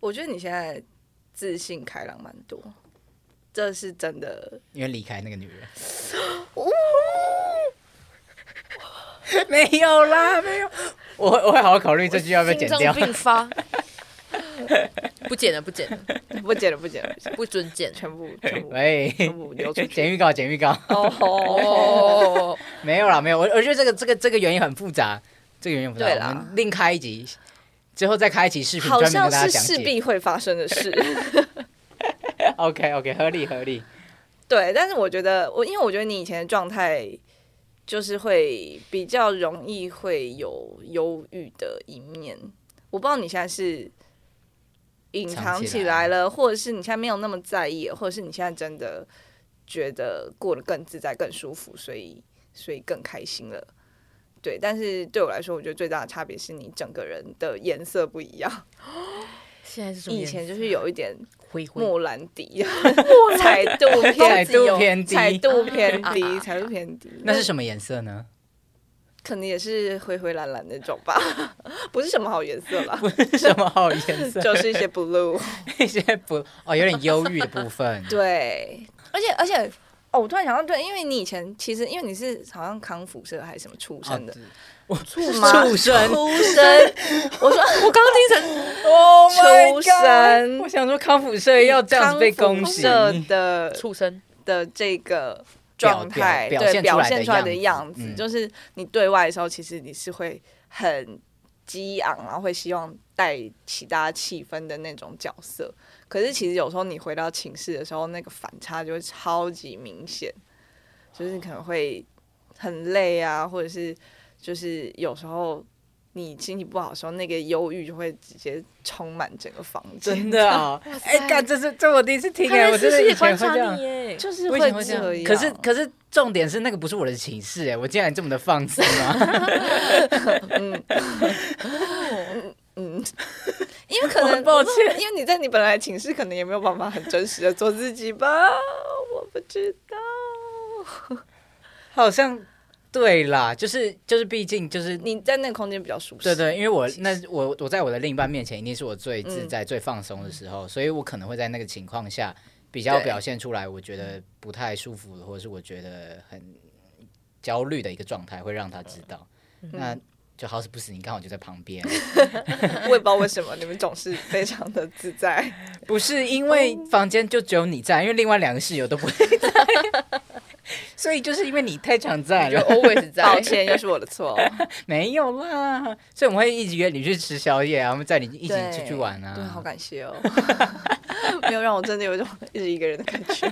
[SPEAKER 2] 我觉得你现在自信开朗蛮多，这是真的。
[SPEAKER 1] 因为离开那个女人。没有啦，没有。我会我会好好考虑这句要不要剪
[SPEAKER 3] 心
[SPEAKER 1] 掉
[SPEAKER 3] 脏。病发， [LAUGHS] 不剪了，不剪了，
[SPEAKER 2] 不剪了，不剪了，不剪了
[SPEAKER 3] 不准剪。
[SPEAKER 2] 全部全部
[SPEAKER 1] 喂，
[SPEAKER 2] 全部流出
[SPEAKER 1] [LAUGHS] 剪
[SPEAKER 2] 去。
[SPEAKER 1] 预告，剪预告。 [LAUGHS]
[SPEAKER 2] 哦，
[SPEAKER 3] 哦，
[SPEAKER 1] 没有啦，没有。我我觉得这个这个这个原因很复杂，这个原因很复杂。
[SPEAKER 2] 对啦
[SPEAKER 1] 我们另开一集，之后再开一集视频
[SPEAKER 2] 好
[SPEAKER 1] 专门
[SPEAKER 2] 像
[SPEAKER 1] 跟大家
[SPEAKER 2] 是
[SPEAKER 1] 讲
[SPEAKER 2] 势
[SPEAKER 1] 解。
[SPEAKER 2] 必会发生的事。
[SPEAKER 1] OK OK，合理合理。
[SPEAKER 2] 对，但是我觉得我，因为我觉得你以前的状态就是会比较容易会有忧郁的一面，我不知道你现在是隐藏
[SPEAKER 1] 藏起
[SPEAKER 2] 起来
[SPEAKER 1] 来
[SPEAKER 2] 了，或者是你现在没有那么在意，或者是你现在真的觉得过得更自在、更舒服，所以所以更开心了。对，但是对我来说，我觉得最大的差别是你整个人的颜色不一样。
[SPEAKER 3] [LAUGHS] 现在是什么
[SPEAKER 2] 以
[SPEAKER 3] 颜色？
[SPEAKER 2] 前就是有一点
[SPEAKER 3] 灰灰，
[SPEAKER 2] 莫兰迪，彩度偏
[SPEAKER 1] 彩度偏低
[SPEAKER 2] 彩度偏低，
[SPEAKER 3] 啊
[SPEAKER 2] 彩度偏低。
[SPEAKER 1] 那是什么颜色呢？ [LAUGHS]
[SPEAKER 2] 可能也是灰灰蓝蓝那种吧， [LAUGHS] 不是什么好颜色 [LAUGHS] 啦，
[SPEAKER 1] 什么好颜色？
[SPEAKER 2] [LAUGHS] 就是一些 blue。
[SPEAKER 1] [LAUGHS] 一些不哦，有点忧郁的部分。
[SPEAKER 2] 对，而且而且。哦，我突然想到，对，因为你以前其实因为你是好像康复社还是什么出
[SPEAKER 1] 哦
[SPEAKER 2] 身的，
[SPEAKER 1] 我畜
[SPEAKER 2] 吗
[SPEAKER 1] 生，
[SPEAKER 2] [LAUGHS] 出身，我说
[SPEAKER 3] 我刚刚听成
[SPEAKER 1] 哦
[SPEAKER 2] 出生
[SPEAKER 1] 我想说康复社要这样子被
[SPEAKER 2] 康
[SPEAKER 1] 攻
[SPEAKER 2] 复
[SPEAKER 1] 击，
[SPEAKER 2] 社的
[SPEAKER 3] 畜生，
[SPEAKER 2] 的这个
[SPEAKER 1] 表
[SPEAKER 2] 状态，
[SPEAKER 1] 表
[SPEAKER 2] 对
[SPEAKER 1] 表
[SPEAKER 2] 表
[SPEAKER 1] 现
[SPEAKER 2] 现
[SPEAKER 1] 出
[SPEAKER 2] 出
[SPEAKER 1] 来
[SPEAKER 2] 来
[SPEAKER 1] 的
[SPEAKER 2] 的
[SPEAKER 1] 样
[SPEAKER 2] 样
[SPEAKER 1] 子
[SPEAKER 2] 子，
[SPEAKER 1] 嗯
[SPEAKER 2] 就是你对外的时候，其实你是会很激昂，然后会希望带起大家气氛的那种角色。可是其实有时候你回到寝室的时候，那个反差就会超级明显，就是你可能会很累啊，或者是就是有时候。你心情不好的时候，那个忧郁就会直接充满整个房间，
[SPEAKER 1] 真的啊！哎，干，这是这我第一次听哎，我真
[SPEAKER 3] 私
[SPEAKER 1] 的
[SPEAKER 3] 事
[SPEAKER 1] 以
[SPEAKER 3] 也
[SPEAKER 1] 前
[SPEAKER 3] 观
[SPEAKER 1] 会
[SPEAKER 3] 察
[SPEAKER 1] 这样
[SPEAKER 3] 你。耶，
[SPEAKER 2] 就是
[SPEAKER 1] 我以前会
[SPEAKER 2] 会
[SPEAKER 1] 这
[SPEAKER 2] 这
[SPEAKER 1] 样
[SPEAKER 2] 样。
[SPEAKER 1] 可是可是重点是那个不是我的寝室哎，我竟然这么的放肆吗？
[SPEAKER 2] 嗯，因
[SPEAKER 1] [LAUGHS]
[SPEAKER 2] 为可能
[SPEAKER 1] 抱歉，
[SPEAKER 2] 我不因为你在你本来的寝室可能也没有办法很真实的做自己吧，我不知道。
[SPEAKER 1] 好像对啦，就是就是，毕竟就是
[SPEAKER 2] 你在那个空间比较舒适，
[SPEAKER 1] 对对，因为我那我我在我的另一半面前，一定是我最自
[SPEAKER 2] 嗯
[SPEAKER 1] 在、最放松的时候，所以我可能会在那个情况下比较
[SPEAKER 3] 对
[SPEAKER 1] 表现出来，我觉得不太舒服，或者是我觉得很焦虑的一个状态，会让他知道。
[SPEAKER 2] 嗯
[SPEAKER 1] 那就好死不死，你刚好就在旁
[SPEAKER 2] [LAUGHS]
[SPEAKER 1] 边，
[SPEAKER 2] [LAUGHS] 我也不知道为什么你们总是非常的自在。
[SPEAKER 1] 不是因为
[SPEAKER 2] 哦
[SPEAKER 1] 房间就只有你在，因为另外两个室友都不会在， [LAUGHS] 所以就是因为你太常在
[SPEAKER 3] 就
[SPEAKER 1] 了，
[SPEAKER 3] always 在，
[SPEAKER 2] 抱歉，又是我的错。
[SPEAKER 1] 没有啦，所以我们会一直约你去吃宵夜啊，我们载你 [LAUGHS] 一起
[SPEAKER 2] 对
[SPEAKER 1] 出去玩啊，
[SPEAKER 2] 对，好感谢哦， [LAUGHS] 没有让我真的有一种一直一个人的感觉。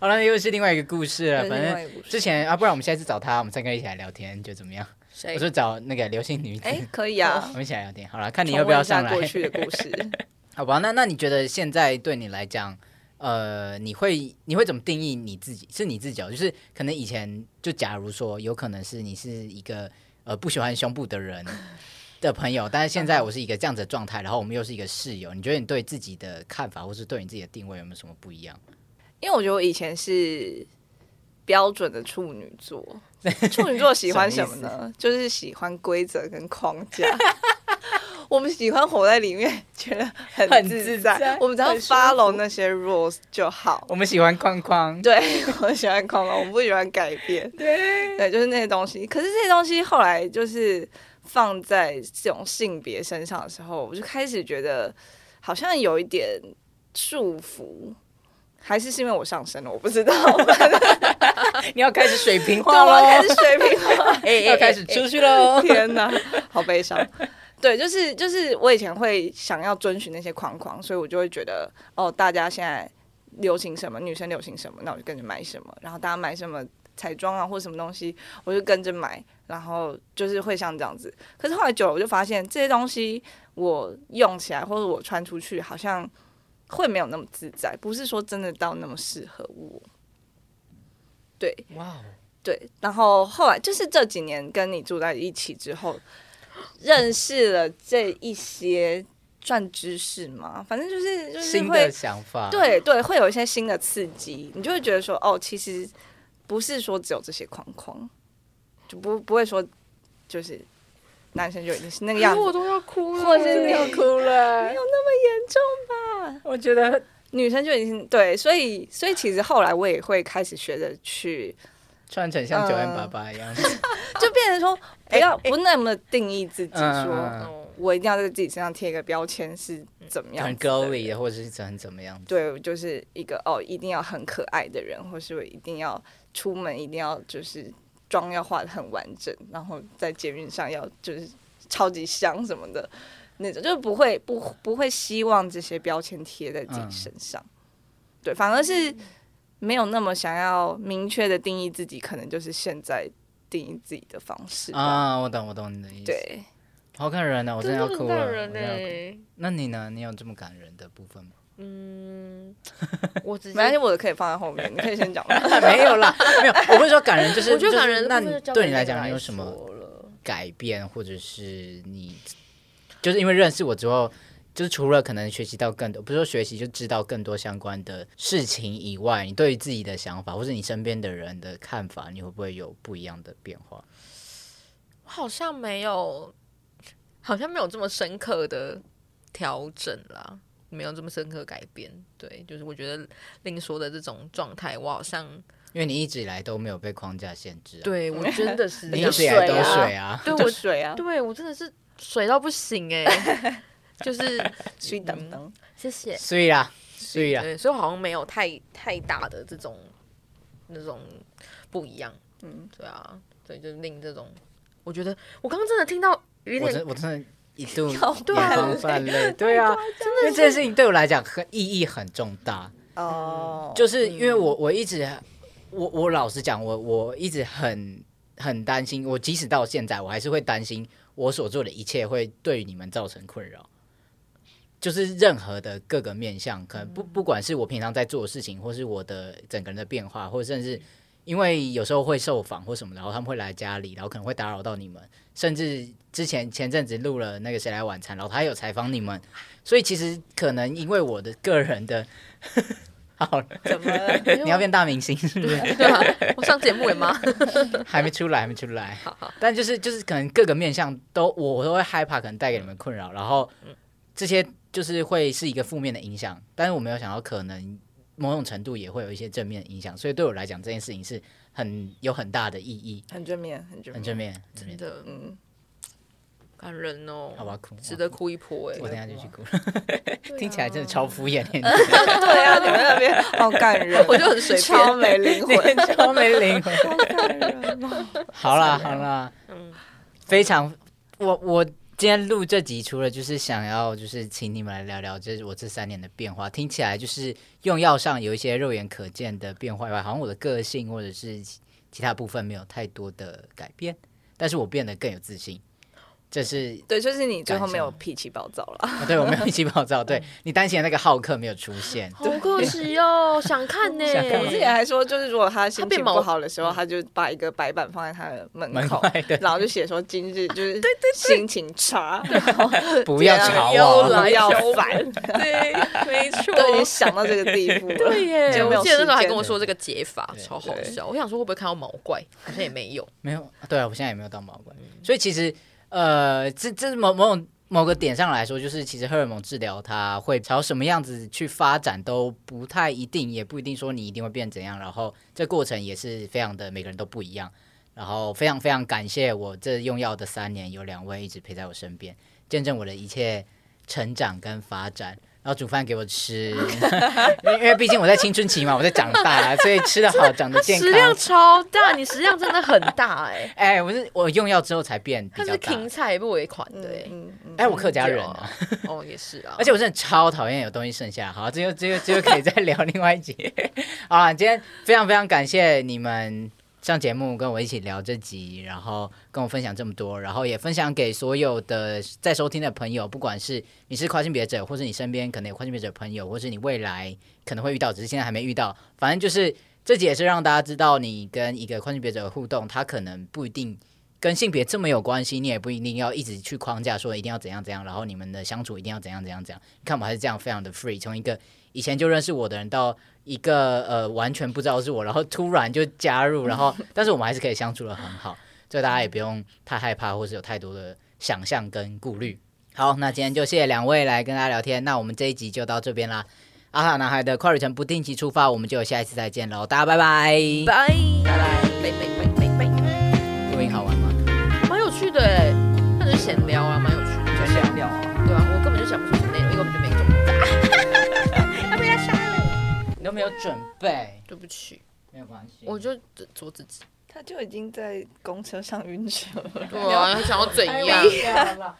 [SPEAKER 1] 好了，又是另外一个故事了。
[SPEAKER 2] 对
[SPEAKER 1] 反
[SPEAKER 2] 另外一个
[SPEAKER 1] 正
[SPEAKER 2] 故事
[SPEAKER 1] 之前啊，不然我们下次找他，我们三个一起来聊天，就怎么样？
[SPEAKER 3] 谁
[SPEAKER 1] 我说找那个流星女子，
[SPEAKER 2] 哎，可以啊
[SPEAKER 1] 我，们一起来聊天。好了， [LAUGHS] 看你
[SPEAKER 2] 重
[SPEAKER 1] 要不要
[SPEAKER 2] 温一下
[SPEAKER 1] 上来
[SPEAKER 2] 过。去的故事。
[SPEAKER 1] 好吧，那那你觉得现在对你来讲，呃，你会你会怎么定义你自己？是你自己哦，就是可能以前就假如说，有可能是你是一个呃不喜欢胸部的人的朋友，但是现在我是一个这样子的状态，然后我们又是一个室友，你觉得你对自己的看法，或是对你自己的定位有没有什么不一样？
[SPEAKER 2] 因为我觉得我以前是标准的处女座， [LAUGHS] 处女座喜欢什么
[SPEAKER 1] [LAUGHS] 什
[SPEAKER 2] 呢？就是喜欢规则跟框架。 [LAUGHS] 我们喜欢活在里面，觉得很
[SPEAKER 1] 很
[SPEAKER 2] 自
[SPEAKER 1] 自在
[SPEAKER 2] 我们只要
[SPEAKER 1] 很舒服
[SPEAKER 2] follow 那些 rules 就好。
[SPEAKER 1] 我们喜欢框框，
[SPEAKER 2] [LAUGHS] 对，我喜欢框框，我不喜欢改变。对，对，就是那些东西。可是这些东西后来就是放在这种性别身上的时候，我就开始觉得好像有一点束缚，还是是因为我上升了，我不知道。
[SPEAKER 1] 你要开始水平
[SPEAKER 2] 对，
[SPEAKER 1] 化
[SPEAKER 3] 啊
[SPEAKER 2] 我要开
[SPEAKER 1] 喽，
[SPEAKER 2] 始水 [LAUGHS] 平了。
[SPEAKER 3] 哎
[SPEAKER 1] 要开始出去 [LAUGHS] 喽。
[SPEAKER 2] 天哪，好悲伤。对，就是就是，我以前会想要遵循那些框框，所以我就会觉得，哦，大家现在流行什么，女生流行什么，那我就跟着买什么，然后大家买什么彩妆啊或什么东西，我就跟着买，然后就是会像这样子。可是后来久了，我就发现这些东西我用起来或者我穿出去，好像会没有那么自在，不是说真的到那么适合我。对，
[SPEAKER 1] 哇，
[SPEAKER 2] 对，然后后来就是这几年跟你住在一起之后，认识了这一些算知识嘛，反正就是就是
[SPEAKER 1] 新
[SPEAKER 2] 会
[SPEAKER 1] 的想法，，
[SPEAKER 2] 对对，会有一些新的刺激，你就会觉得说哦，其实不是说只有这些框框，就不不会说就是男生就一定是那个样
[SPEAKER 1] 哎
[SPEAKER 2] 子，
[SPEAKER 3] 我都要哭了，
[SPEAKER 2] 或是你
[SPEAKER 1] 要哭了，我觉得
[SPEAKER 2] 女生就已经对，所以所以其实后来我也会开始学着去，
[SPEAKER 1] 穿成
[SPEAKER 3] 呃
[SPEAKER 1] 像九 N 爸爸一
[SPEAKER 3] [LAUGHS]
[SPEAKER 1] 样，
[SPEAKER 2] 就变成说不要不那么定义自己
[SPEAKER 1] 哎嗯
[SPEAKER 2] 说。
[SPEAKER 1] 嗯
[SPEAKER 3] 哦
[SPEAKER 2] 我一定要在自己身上贴一个标签是怎么样
[SPEAKER 1] 很
[SPEAKER 2] 子的
[SPEAKER 1] girly 的，或者是很怎么样的，
[SPEAKER 2] 对，我就是一个哦，一定要很可爱的人，或是我一定要出门一定要就是妆要化的很完整，然后在捷运上要就是超级香什么的那种，就是不会不不会希望这些标签贴在自己身上，
[SPEAKER 1] 嗯
[SPEAKER 2] 对，反而是没有那么想要明确的定义自己，可能就是现在定义自己的方式吧，
[SPEAKER 1] 啊，我懂，我懂你的意思，，
[SPEAKER 2] 对。
[SPEAKER 1] 好感人啊呢，我真的要哭了，
[SPEAKER 3] 很感
[SPEAKER 1] 我
[SPEAKER 3] 人欸哎
[SPEAKER 1] 真的要哭
[SPEAKER 3] 呢。
[SPEAKER 1] 那你呢？你有这么感人的部分吗？ [LAUGHS]
[SPEAKER 3] 嗯，我直
[SPEAKER 2] 没关系，
[SPEAKER 3] 接。
[SPEAKER 2] 我的可以放在后面，你可以先讲吧。
[SPEAKER 1] [LAUGHS]
[SPEAKER 2] [LAUGHS]
[SPEAKER 1] 没有啦，没有，我不是说感人，就是
[SPEAKER 3] 我觉得感人
[SPEAKER 1] 就是
[SPEAKER 3] 的
[SPEAKER 1] 那
[SPEAKER 3] 部分
[SPEAKER 1] 你
[SPEAKER 3] 就交给
[SPEAKER 1] 对你
[SPEAKER 3] 来
[SPEAKER 1] 来讲，你有
[SPEAKER 3] 说
[SPEAKER 1] 什么
[SPEAKER 3] 了
[SPEAKER 1] 改变，或者是你就是因为认识我之后，就是除了可能学习到更多，不是说学习就知道更多相关的事情以外，你对于自己的想法，或者你身边的人的看法，你会不会有不一样的变化？
[SPEAKER 3] 我好像没有，好像没有这么深刻的调整啦，没有这么深刻改变。对，就是我觉得令说的这种状态，我好像
[SPEAKER 1] 因为你一直以来都没有被框架限制、啊，，
[SPEAKER 3] 对我真 [LAUGHS] 的是
[SPEAKER 1] 你
[SPEAKER 3] 这
[SPEAKER 1] 一
[SPEAKER 2] 啊
[SPEAKER 3] 样
[SPEAKER 1] 直以来
[SPEAKER 2] 水
[SPEAKER 1] 都
[SPEAKER 2] 啊
[SPEAKER 1] 水啊，
[SPEAKER 3] 对
[SPEAKER 2] 就
[SPEAKER 3] 我
[SPEAKER 2] 水
[SPEAKER 1] [LAUGHS]
[SPEAKER 2] 啊，
[SPEAKER 3] 对我真的是水到不行哎、就是
[SPEAKER 2] 所以等等，
[SPEAKER 3] 谢谢。
[SPEAKER 1] 所以啦，所以啦，
[SPEAKER 3] 对，所以我好像没有太太大的这种那种不一样。嗯，对啊，对，就是令这种，我觉得我刚刚真的听到有
[SPEAKER 1] 我
[SPEAKER 3] 点
[SPEAKER 1] 真我真的一度眼
[SPEAKER 2] [LAUGHS] 要断
[SPEAKER 1] 眶泛
[SPEAKER 2] [LAUGHS]
[SPEAKER 1] 泪，对啊，因为这件事情对我来讲很意义很重大，
[SPEAKER 2] 哦，
[SPEAKER 1] 就是因为我我一直我我老实讲，我我一直很很担心，我即使到现在，我还是会担心我所做的一切会对你们造成困扰。就是任何的各个面向，可能不不管是我平常在做的事情，或是我的整个人的变化，或甚至因为有时候会受访或什么，然后他们会来家里，然后可能会打扰到你们，甚至之前前阵子录了那个谁来晚餐，然后他有采访你们，所以其实可能因为我的个人的， [LAUGHS] 好了，
[SPEAKER 2] 怎么了？ [LAUGHS]
[SPEAKER 1] [LAUGHS] 你要变大明星是不是？
[SPEAKER 3] [LAUGHS] 对啊，我上节目了 [LAUGHS] 吗？
[SPEAKER 1] 还没出来，还没出来。但就是就是可能各个面向都我都会害怕，可能带给你们困扰，然后这些就是会是一个负面的影响。但是我没有想到，可能某种程度也会有一些正面的影响，所以对我来讲，这件事情是很有很大的意义，
[SPEAKER 2] 很正面，很
[SPEAKER 3] 嗯
[SPEAKER 2] 正
[SPEAKER 1] 很
[SPEAKER 2] 面，
[SPEAKER 1] 正面，很正
[SPEAKER 3] 真
[SPEAKER 1] 面。
[SPEAKER 3] 的
[SPEAKER 2] 嗯， [LAUGHS]
[SPEAKER 3] 感人哦
[SPEAKER 1] 好，吧，哭，
[SPEAKER 3] 值得哭一波哎、
[SPEAKER 1] 我等一下就去哭，
[SPEAKER 3] 对啊
[SPEAKER 1] [LAUGHS] 听起来真的超敷衍，
[SPEAKER 2] 对啊，你们那边好感人，啊
[SPEAKER 3] 我就很随便
[SPEAKER 2] 超没灵魂，
[SPEAKER 1] 超没灵魂。
[SPEAKER 2] [LAUGHS] 好感人
[SPEAKER 3] [LAUGHS]
[SPEAKER 2] 哦，
[SPEAKER 1] 好啦好啦，
[SPEAKER 3] 嗯
[SPEAKER 1] 非常，我我今天录这集，除了就是想要就是请你们来聊聊，就是我这三年的变化，听起来就是用药上有一些肉眼可见的变化以外，好像我的个性或者是其其他部分没有太多的改变，但是我变得更有自信。这是
[SPEAKER 2] 对，就是你最后没有
[SPEAKER 1] 感
[SPEAKER 2] 脾气暴躁了，
[SPEAKER 1] 啊对我没有一起暴躁，对你担心的那个浩克没有出现，
[SPEAKER 3] 好可惜哦，想看
[SPEAKER 1] [LAUGHS]
[SPEAKER 3] 呢、
[SPEAKER 1] 想看
[SPEAKER 2] [LAUGHS]
[SPEAKER 3] [LAUGHS]
[SPEAKER 2] 我之前还说，就是如果他
[SPEAKER 3] 他
[SPEAKER 2] 心
[SPEAKER 3] 变
[SPEAKER 2] 情
[SPEAKER 3] 毛嗯
[SPEAKER 2] 不好的时候，他就把一个白板放在他的门
[SPEAKER 1] 门
[SPEAKER 2] 口
[SPEAKER 1] 外，的
[SPEAKER 2] 然后就写说今日
[SPEAKER 3] [LAUGHS]
[SPEAKER 2] 就是心情差，
[SPEAKER 1] 不要吵
[SPEAKER 3] 又
[SPEAKER 1] 我，
[SPEAKER 3] 来
[SPEAKER 2] 不要
[SPEAKER 3] 又
[SPEAKER 2] 烦，
[SPEAKER 1] [LAUGHS]
[SPEAKER 3] 对，没错
[SPEAKER 2] 都已经想到这个地步了。
[SPEAKER 3] 对耶，
[SPEAKER 2] 就
[SPEAKER 3] 我
[SPEAKER 2] 没有
[SPEAKER 3] 记得那
[SPEAKER 2] 时
[SPEAKER 3] 时候还
[SPEAKER 2] 间
[SPEAKER 3] 跟我说
[SPEAKER 1] 了
[SPEAKER 3] 这个解法
[SPEAKER 1] 对
[SPEAKER 3] 超好笑，我想说会不会看到毛怪，好像也没有。
[SPEAKER 1] 没有，对啊，我现在也没有当毛怪，所以其实呃，这这某某种某个点上来说，就是其实荷尔蒙治疗它会朝什么样子去发展都不太一定，也不一定说你一定会变怎样，然后这过程也是非常的每个人都不一样，然后非常非常感谢我这用药的三年，有两位一直陪在我身边，见证我的一切成长跟发展。然后煮饭给我吃， [LAUGHS] 因为因为毕竟我在青春期嘛，我在长大、所以吃得好，长得健
[SPEAKER 3] 食
[SPEAKER 1] 康。
[SPEAKER 3] 量超大，你食量真的很大哎、
[SPEAKER 1] 哎、我是我用药之后才变比
[SPEAKER 3] 他
[SPEAKER 1] 较
[SPEAKER 3] 是
[SPEAKER 1] 大。
[SPEAKER 3] 芹菜不尾款的哎、
[SPEAKER 2] 嗯嗯
[SPEAKER 1] 哎、我客家人、啊，
[SPEAKER 3] 对啊，哦也是啊，
[SPEAKER 1] 而且我真的超讨厌有东西剩下。好，这就这就这就可以再聊另外一集。 [LAUGHS] 好啦，今天非常非常感谢你们上节目跟我一起聊这集，然后跟我分享这么多，然后也分享给所有的在收听的朋友，不管是你是跨性别者，或是你身边可能有跨性别者的朋友，或是你未来可能会遇到，只是现在还没遇到，反正就是这集也是让大家知道，你跟一个跨性别者的互动，他可能不一定。跟性别这么有关系，你也不一定要一直去框架说一定要怎样怎样，然后你们的相处一定要怎样怎样怎样。你看我还是这样非常的 free，从一个以前就认识我的人到一个呃完全不知道是我，然后突然就加入，然
[SPEAKER 2] [LAUGHS]
[SPEAKER 1] 后但是我们还是可以相处的很好，所以大家也不用太害怕或是有太多的想象跟顾虑。好，那今天就谢谢两位来跟大家聊天，那我们这一集就到这边啦。阿卡男孩的跨旅程不定期出发，我们就下一次再见喽，大家拜拜。
[SPEAKER 2] 拜
[SPEAKER 3] 拜
[SPEAKER 2] 拜拜拜拜拜。
[SPEAKER 1] 录音好玩吗？
[SPEAKER 3] 蛮有趣的哎、那就闲聊啊，蛮有趣的，
[SPEAKER 2] 就闲聊啊
[SPEAKER 3] 对啊，我根本就想不出什么内容，因为我根本就没中，
[SPEAKER 1] 你都没有准备，
[SPEAKER 3] 对不起，
[SPEAKER 1] 没有关系。
[SPEAKER 3] 我就只做自己，
[SPEAKER 2] 他就已经在公车上晕车了。
[SPEAKER 3] 对啊，想要怎
[SPEAKER 1] 哎
[SPEAKER 3] 样？
[SPEAKER 1] 呀，